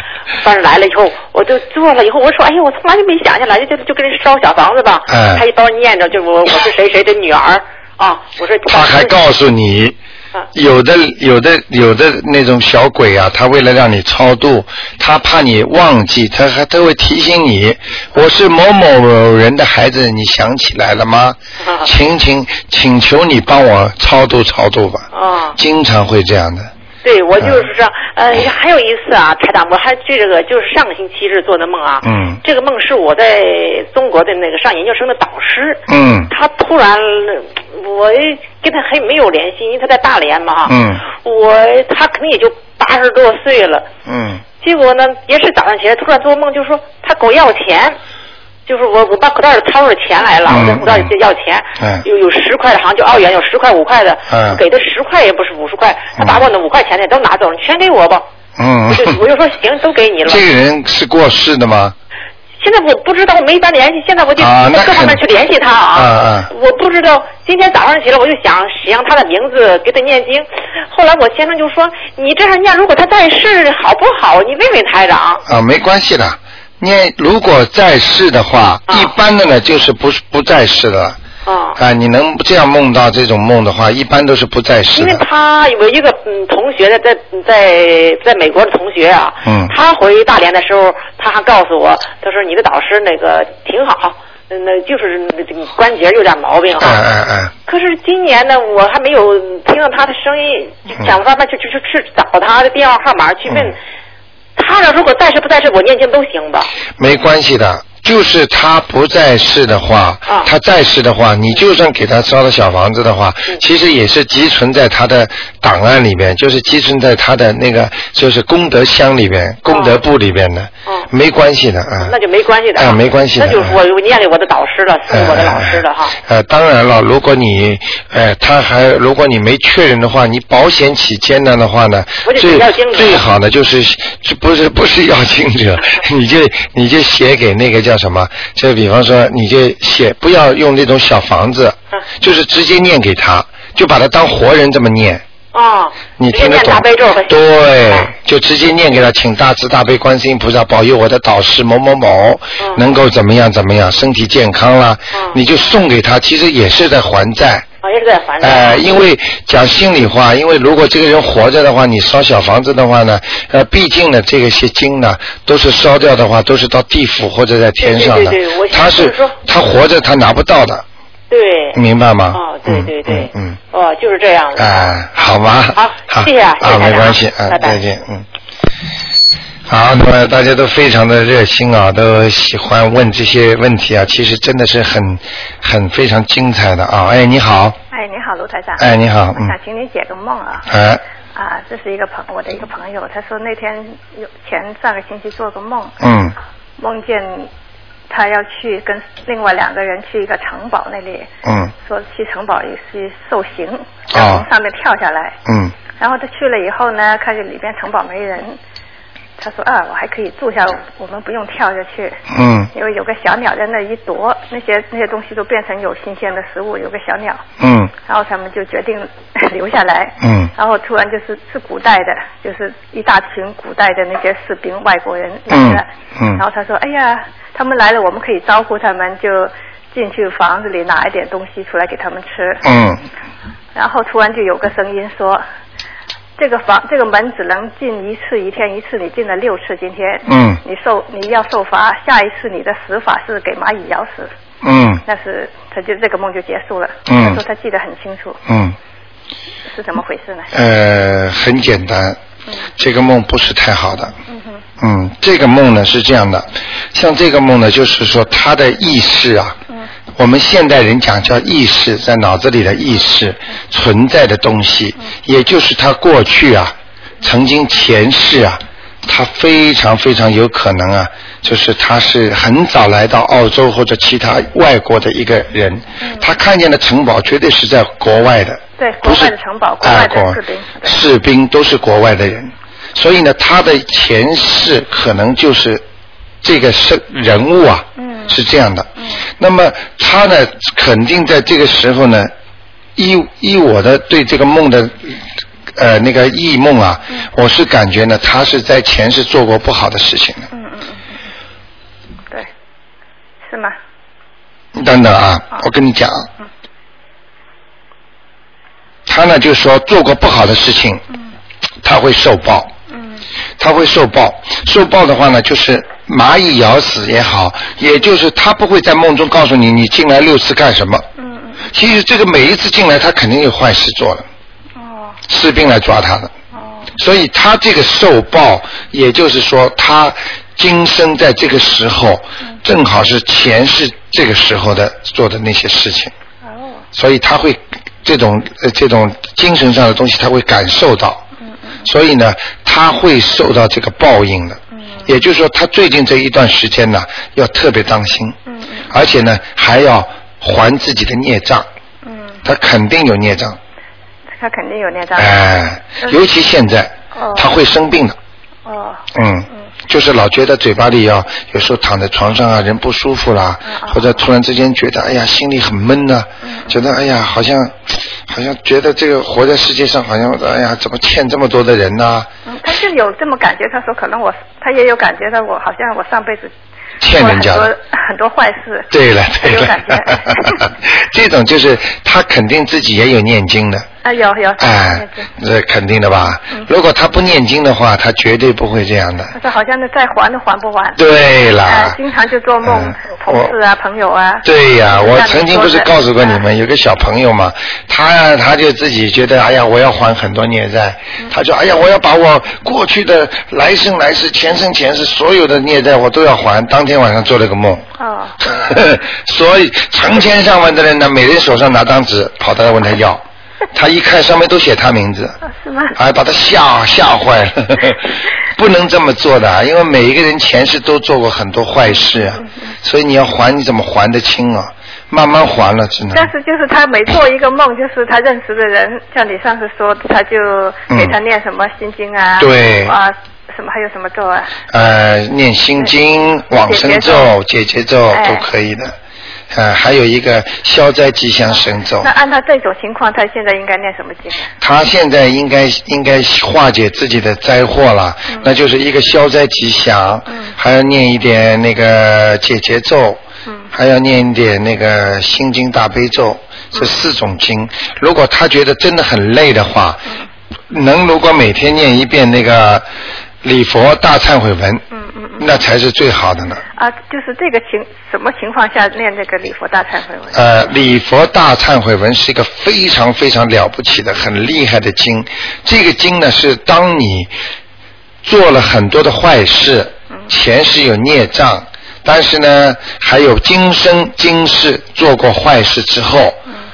I: 反正来了以后，我就做了以后，我说，哎呦，我从来就没想起来，就就就跟人烧小房子吧，
A: 哎
I: 他一包念着，就是我我是谁谁的女儿啊，我说
A: 他还告诉你，
I: 啊
A: 有的有的有的那种小鬼啊，他为了让你超度，他怕你忘记，他还他会提醒你，我是某某某人的孩子，你想起来了吗？
I: 啊
A: 请请请求你帮我超度超度吧。
I: 啊，
A: 经常会这样的。
I: 对，我
A: 嗯
I: 就是这样。呃，还有一次啊，台长，我还这个就是上个星期是做的梦啊。
A: 嗯
I: 这个梦是我在中国的那个上研究生的导师，
A: 嗯
I: 他突然，我跟他还没有联系，因为他在大连嘛哈。
A: 嗯
I: 我他可能也就八十多岁了，
A: 嗯
I: 结果呢，也是早上起来突然做梦，就说他给我要钱，就是我我把口袋里掏出钱来了，
J: 嗯
I: 我在口袋里就要钱，
A: 哎
J: 嗯
I: 有有十块的，好像就澳元，有十块五块的，
J: 嗯
I: 给的十块也不是五十块，他把我那五块钱的都拿走了，全给我吧，
A: 嗯
I: 我就，我就说行，都 给你了。
A: 这个人是过世的吗？
I: 现在我不知道，我没法联系，现在我就
A: 啊那
I: 各方面
A: 肯
I: 去联系他
A: 啊啊，
I: 我不知道，今天早上起来我就想想他的名字给他念经，后来我先生就说：“你这样念，如果他在世好不好？你问问台长。
A: 啊，没关系的。念如果在世的话，一般的呢就是不是不在世的了。
I: 啊
A: 你能这样梦到这种梦的话，一般都是不在”世
I: 因为
A: 的。
I: 他有一个嗯同学在在在美国的同学啊，
A: 嗯
I: 他回大连的时候，他还告诉我，他说你的导师那个挺好，嗯那就是这个关节有点毛病
A: 哎
I: 啊。
A: 哎哎，
I: 可是今年呢，我还没有嗯听到他的声音，就想办法去去去去找他的电话号码去问。
A: 嗯
I: 他呢，如果在世不在世，我念经都行吧？
A: 没关系的。就是他不在世的话，他在世的话，你就算给他烧了小房子的话，其实也是积存在他的档案里面，就是积存在他的那个就是功德箱里边、功德簿里边的，没关系的啊。
I: 那就没关系的啊
A: 啊没关系的哎
I: 那就是我我念给我的导师了，是我的老师了哈。
A: 呃，当然了，如果你呃，他还如果你没确认的话，你保险起见呢的话呢
I: 我，就
A: 最
I: 要经者
A: 最好的就是这不是不是要经者，你就你就写给那个叫什么，就比方说你就写不要用那种小房子，
I: 嗯
A: 就是直接念给他，就把他当活人这么念。
I: 哦，
A: 你听得懂？对，就直接念给他，请大慈大悲观世音菩萨保佑我的导师某某某、
I: 嗯
A: 能够怎么样怎么样，身体健康啦。你就送给他，其实也是在还债。
I: 啊，也是在还债。
A: 哎、因为讲心里话，因为如果这个人活着的话，你烧小房子的话呢，呃，毕竟呢，这个些经呢，都是烧掉的话，都是到地府或者在天上的。
I: 对对对我
A: 他
I: 想就是是说
A: 他活着他拿不到的，
I: 对。
A: 明白吗？
I: 哦，对对对，
A: 嗯。嗯
I: 哦，就是这样的。
A: 哎，好吗？
I: 好谢谢啊谢谢
A: 啊，
I: 台
A: 没
I: 长
A: 关系，啊，
I: 拜拜
A: 再见，嗯。好，那么大家都非常的热心啊，都喜欢问这些问题啊，其实真的是很很非常精彩的啊。哎，你好，
K: 哎，你好，
J: 好，卢台长。
A: 哎你好
J: 我想
A: 嗯
J: 请你解个梦啊。
A: 哎
J: 啊，这是一个朋我的一个朋友，他说那天有前上个星期做个梦，
A: 嗯
J: 梦见他要去跟另外两个人去一个城堡那里，
A: 嗯
J: 说去城堡里去受刑，然后
A: 哦
J: 从上面跳下来。
A: 嗯
J: 然后他去了以后呢，看见里边城堡没人，他说啊，我还可以住下，我们不用跳下去。
A: 嗯
J: 因为有个小鸟在那一啄，那些那些东西都变成有新鲜的食物，有个小鸟，
A: 嗯
J: 然后他们就决定 留下来。
A: 嗯
J: 然后突然就是是古代的，就是一大群古代的那些士兵，外国人来
A: 嗯
J: 了。
A: 嗯
J: 然后他说：“哎呀，他们来了，我们可以招呼他们，就进去房子里拿一点东西出来给他们吃。”
A: 嗯
J: 然后突然就有个声音说：“这个房这个门只能进一次，一天一次，你进了六次，今天，
A: 嗯
J: 你受你要受罚，下一次你的死法是给蚂蚁咬死。”
A: 嗯
J: 那是他就这个梦就结束了。
A: 嗯
J: 他说他记得很清楚，
A: 嗯，
J: 是怎么回事呢？
A: 呃，很简单，这个梦不是太好的。
J: 嗯哼，
A: 嗯，这个梦呢是这样的，像这个梦呢，就是说他的意识啊，
J: 嗯
A: 我们现代人讲叫意识，在脑子里的意识存在的东西，
J: 嗯
A: 也就是他过去啊，曾经前世啊，他非常非常有可能啊，就是他是很早来到澳洲或者其他外国的一个人，
J: 嗯
A: 他看见的城堡绝对是在国外的，
J: 对，国外的城堡，国
A: 啊
J: 外
A: 国
J: 的士兵，
A: 士兵都是国外的人，所以呢，他的前世可能就是这个是人物啊，是这样的。那么他呢，肯定在这个时候呢，依依我的对这个梦的呃那个异梦啊，我是感觉呢，他是在前世做过不好的事情的。
J: 嗯嗯嗯嗯，对，是吗？
A: 你等等啊，我跟你讲啊，他呢就说做过不好的事情，他会受报，他会受报。受报的话呢，就是蚂蚁咬死也好，也就是他不会在梦中告诉你你进来六次干什么。其实这个每一次进来，他肯定有坏事做了。士兵来抓他的。所以他这个受报，也就是说他今生在这个时候，正好是前世这个时候的做的那些事情。所以他会这种呃这种精神上的东西，他会感受到。所以呢，他会受到这个报应的。也就是说，他最近这一段时间呢，要特别当心。而且呢，还要还自己的孽障。他肯定有孽障，
J: 嗯他肯定有那张。嗯
A: 哎，尤其现在
J: 哦
A: 他会生病的。
J: 哦，
A: 嗯，就是老觉得嘴巴里要，有时候躺在床上啊，人不舒服啦，
J: 嗯
A: 或者突然之间觉得哎呀心里很闷呐、觉得哎呀好像好像觉得这个活在世界上好像哎呀怎么欠这么多的人呐、
J: 嗯，他就有这么感觉，他说可能我，他也有感觉到我好像我上辈子
A: 欠人家
J: 做了
A: 的
J: 很。多 很多坏事。
A: 对了对
J: 有
A: 了
J: 感觉，
A: 这种就是他肯定自己也有念经的，
J: 啊，有有，
A: 哎，这肯定的吧？
J: 嗯
A: 如果他不念经的话，他绝对不会这样的。
J: 他说好像那再还都还不完。
A: 对啦嗯
J: 哎经常就做梦，同事啊，朋友啊。
A: 对呀、
J: 就像
A: 我
J: 你
A: 曾经
J: 说
A: 不是
J: 的嗯
A: 告诉过你们，有个小朋友嘛，他他就自己觉得，哎呀，我要还很多孽债，
J: 嗯
A: 他就，哎呀，我要把我过去的来生来世、前生前世所有的孽债我都要还。当天晚上做了个梦，
J: 哦，
A: 所以成千上万的人呢，每人手上拿张纸，跑到来问他要，他一看上面都写他名字，
J: 是吗？
A: 哎，把他吓吓坏了， 不能这么做的，因为每一个人前世都做过很多坏事啊，所以你要还，你怎么还得清啊？慢慢还了，只能。
J: 但是就是他每做一个梦，就是他认识的人，像你上次说，他就给他念什么心经啊，
A: 嗯对
J: 啊，什么还有什么咒啊，
A: 呃，念心经、往生咒、解结咒
J: 哎
A: 都可以的，呃，还有一个消灾吉祥神咒
J: 那。按他这种情况，他现在应该念什么经？
A: 他现在应该应该化解自己的灾祸了，那就是一个消灾吉祥，还要念一点那个解结咒，还要念一点那个心经大悲咒，这四种经。如果他觉得真的很累的话，能如果每天念一遍那个礼佛大忏悔文，那才是最好的呢。
J: 嗯啊，就是这个情什么情况下念这个礼佛大忏悔文？
A: 呃，礼佛大忏悔文是一个非常非常了不起的、很厉害的经。这个经呢，是当你做了很多的坏事，前世有孽障，但是呢，还有今生今世做过坏事之后，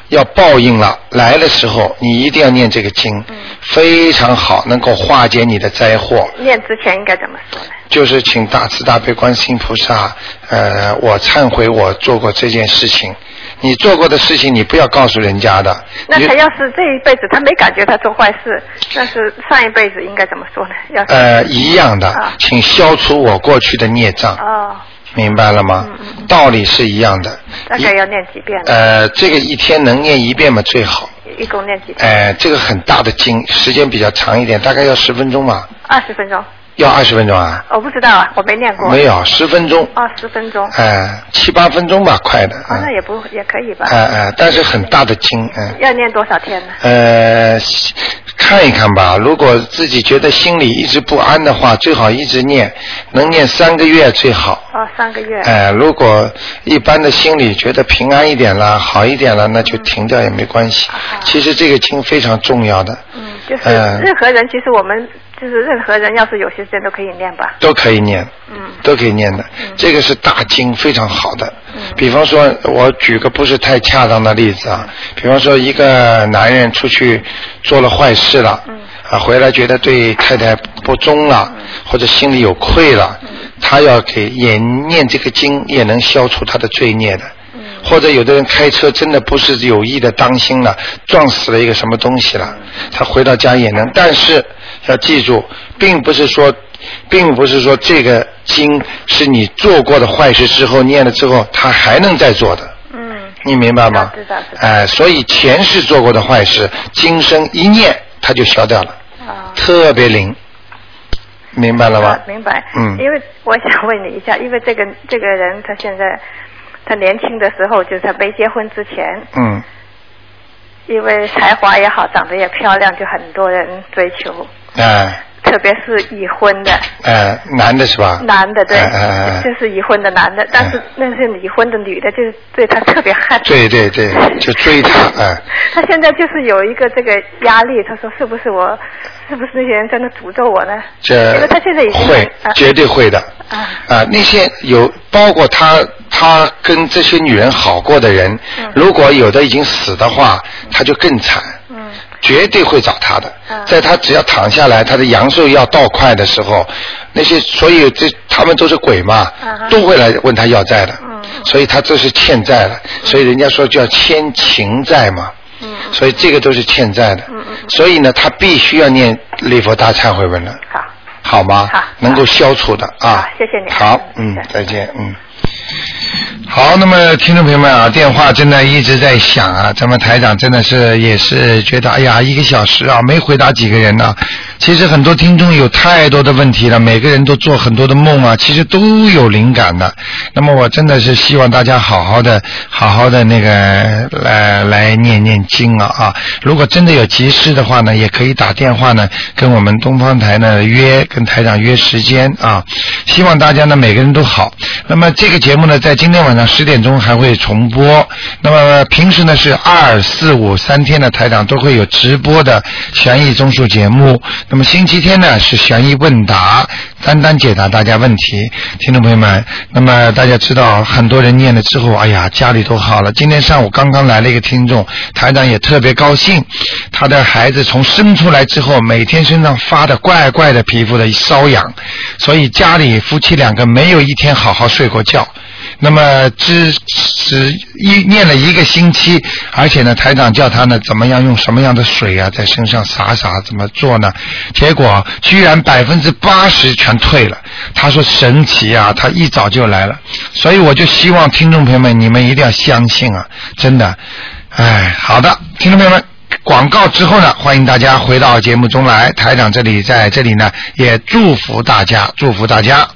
A: 要报应了来的时候，你一定要念这个经，非常好，能够化解你的灾祸。
J: 念之前应该怎么说呢？
A: 就是请大慈大悲观世音菩萨，呃，我忏悔我做过这件事情。你做过的事情，你不要告诉人家的。
J: 那
A: 你
J: 他要是这一辈子他没感觉他做坏事，但是上一辈子应该怎么说呢？要是
A: 呃一样的
J: 啊，
A: 请消除我过去的孽障，
J: 哦，
A: 明白了吗？
J: 嗯
A: 道理是一样的。
J: 大概要念几遍呢？
A: 呃，这个一天能念一遍嘛最好。
J: 一共念几遍？
A: 哎、这个很大的经，时间比较长一点，大概要十分钟嘛，
J: 二十分钟。
A: 要二十分钟啊？
J: 我不知道啊，我没念过。
A: 没有，十分钟，
J: 哦，十分钟。
A: 哎、七八分钟吧，快的，
J: 哦，那也不也可以吧
A: 哎、？哎、但是很大的经，嗯、
J: 要念多少天呢？
A: 呃，看一看吧。如果自己觉得心里一直不安的话，最好一直念，能念三个月最好。
J: 哦，三个月。
A: 哎、如果一般的心里觉得平安一点了，好一点了，那就停掉也没关系。其实这个经非常重要的，
J: 嗯，就是
A: 呃
J: 任何人，其实我们就是任何人，要是有时间都可以念吧。
A: 都可以念，
J: 嗯，
A: 都可以念的。这个是大经，非常好的。
J: 嗯
A: 比方说，我举个不是太恰当的例子啊，比方说一个男人出去做了坏事了，啊，回来觉得对太太不忠了，或者心里有愧了，他要给也念这个经，也能消除他的罪孽的。或者有的人开车真的不是有意的，当心了，撞死了一个什么东西了，他回到家也能。但是要记住，并不是说，并不是说这个经是你做过的坏事之后念了之后，他还能再做的。嗯。你明白吗？知道。哎、所以前世做过的坏事，今生一念它就消掉了，特别灵，明白了吗？
J: 啊明白。
A: 嗯
J: 因为我想问你一下，因为这个这个人他现在他年轻的时候，就是他没结婚之前，
A: 嗯。
J: 因为才华也好，长得也漂亮，就很多人追求，
A: 哎、
J: 特别是已婚的
A: 哎、男的是吧？
J: 男的，对，
A: 哎哎哎
J: 就是已婚的男的，但是那些已婚的女的，就是对他特别恨。
A: 对对对，就追他，哎、
J: 他现在就是有一个这个压力，他说是不是我，是不是那些人在那诅咒我呢？
A: 这
J: 因为他现在已经
A: 呃会
J: 啊，
A: 绝对会的。啊，那些有包括他，他跟这些女人好过的人，如果有的已经死的话，他就更惨。绝对会找他的，在他只要躺下来，他的阳寿要到快的时候，那些所以这他们都是鬼嘛，都会来问他要债的，所以他这是欠债了，所以人家说叫欠情债嘛，所以这个都是欠债的，所以呢，他必须要念礼佛大忏悔文了，
J: 好，
A: 好吗？能够消除的啊，
J: 谢谢你。
A: 好，嗯，再见，嗯。好，那么听众朋友们啊，电话真的一直在响啊，咱们台长真的是也是觉得，哎呀，一个小时啊，没回答几个人呢、其实很多听众有太多的问题了，每个人都做很多的梦啊，其实都有灵感的。那么我真的是希望大家好好的、好好的那个来来念念经啊啊！如果真的有急事的话呢，也可以打电话呢，跟我们东方台呢约，跟台长约时间啊。希望大家呢每个人都好。那么这个节目呢，在今天晚上十点钟还会重播。那么平时呢是二四五三天的台长都会有直播的悬疑综述节目。那么星期天呢是悬疑问答，单单解答大家问题。听众朋友们，那么大家知道，很多人念了之后，哎呀，家里都好了。今天上午刚刚来了一个听众，台长也特别高兴，他的孩子从生出来之后，每天身上发的怪怪的皮肤的瘙痒，所以家里夫妻两个没有一天好好睡过觉。那么只只一念了一个星期，而且呢，台长叫他呢怎么样用什么样的水啊，在身上洒洒怎么做呢？结果居然百分之八十全退了。他说神奇啊，他一早就来了，所以我就希望听众朋友们，你们一定要相信啊，真的。哎，好的，听众朋友们，广告之后呢，欢迎大家回到节目中来。台长这里在这里呢，也祝福大家，祝福大家。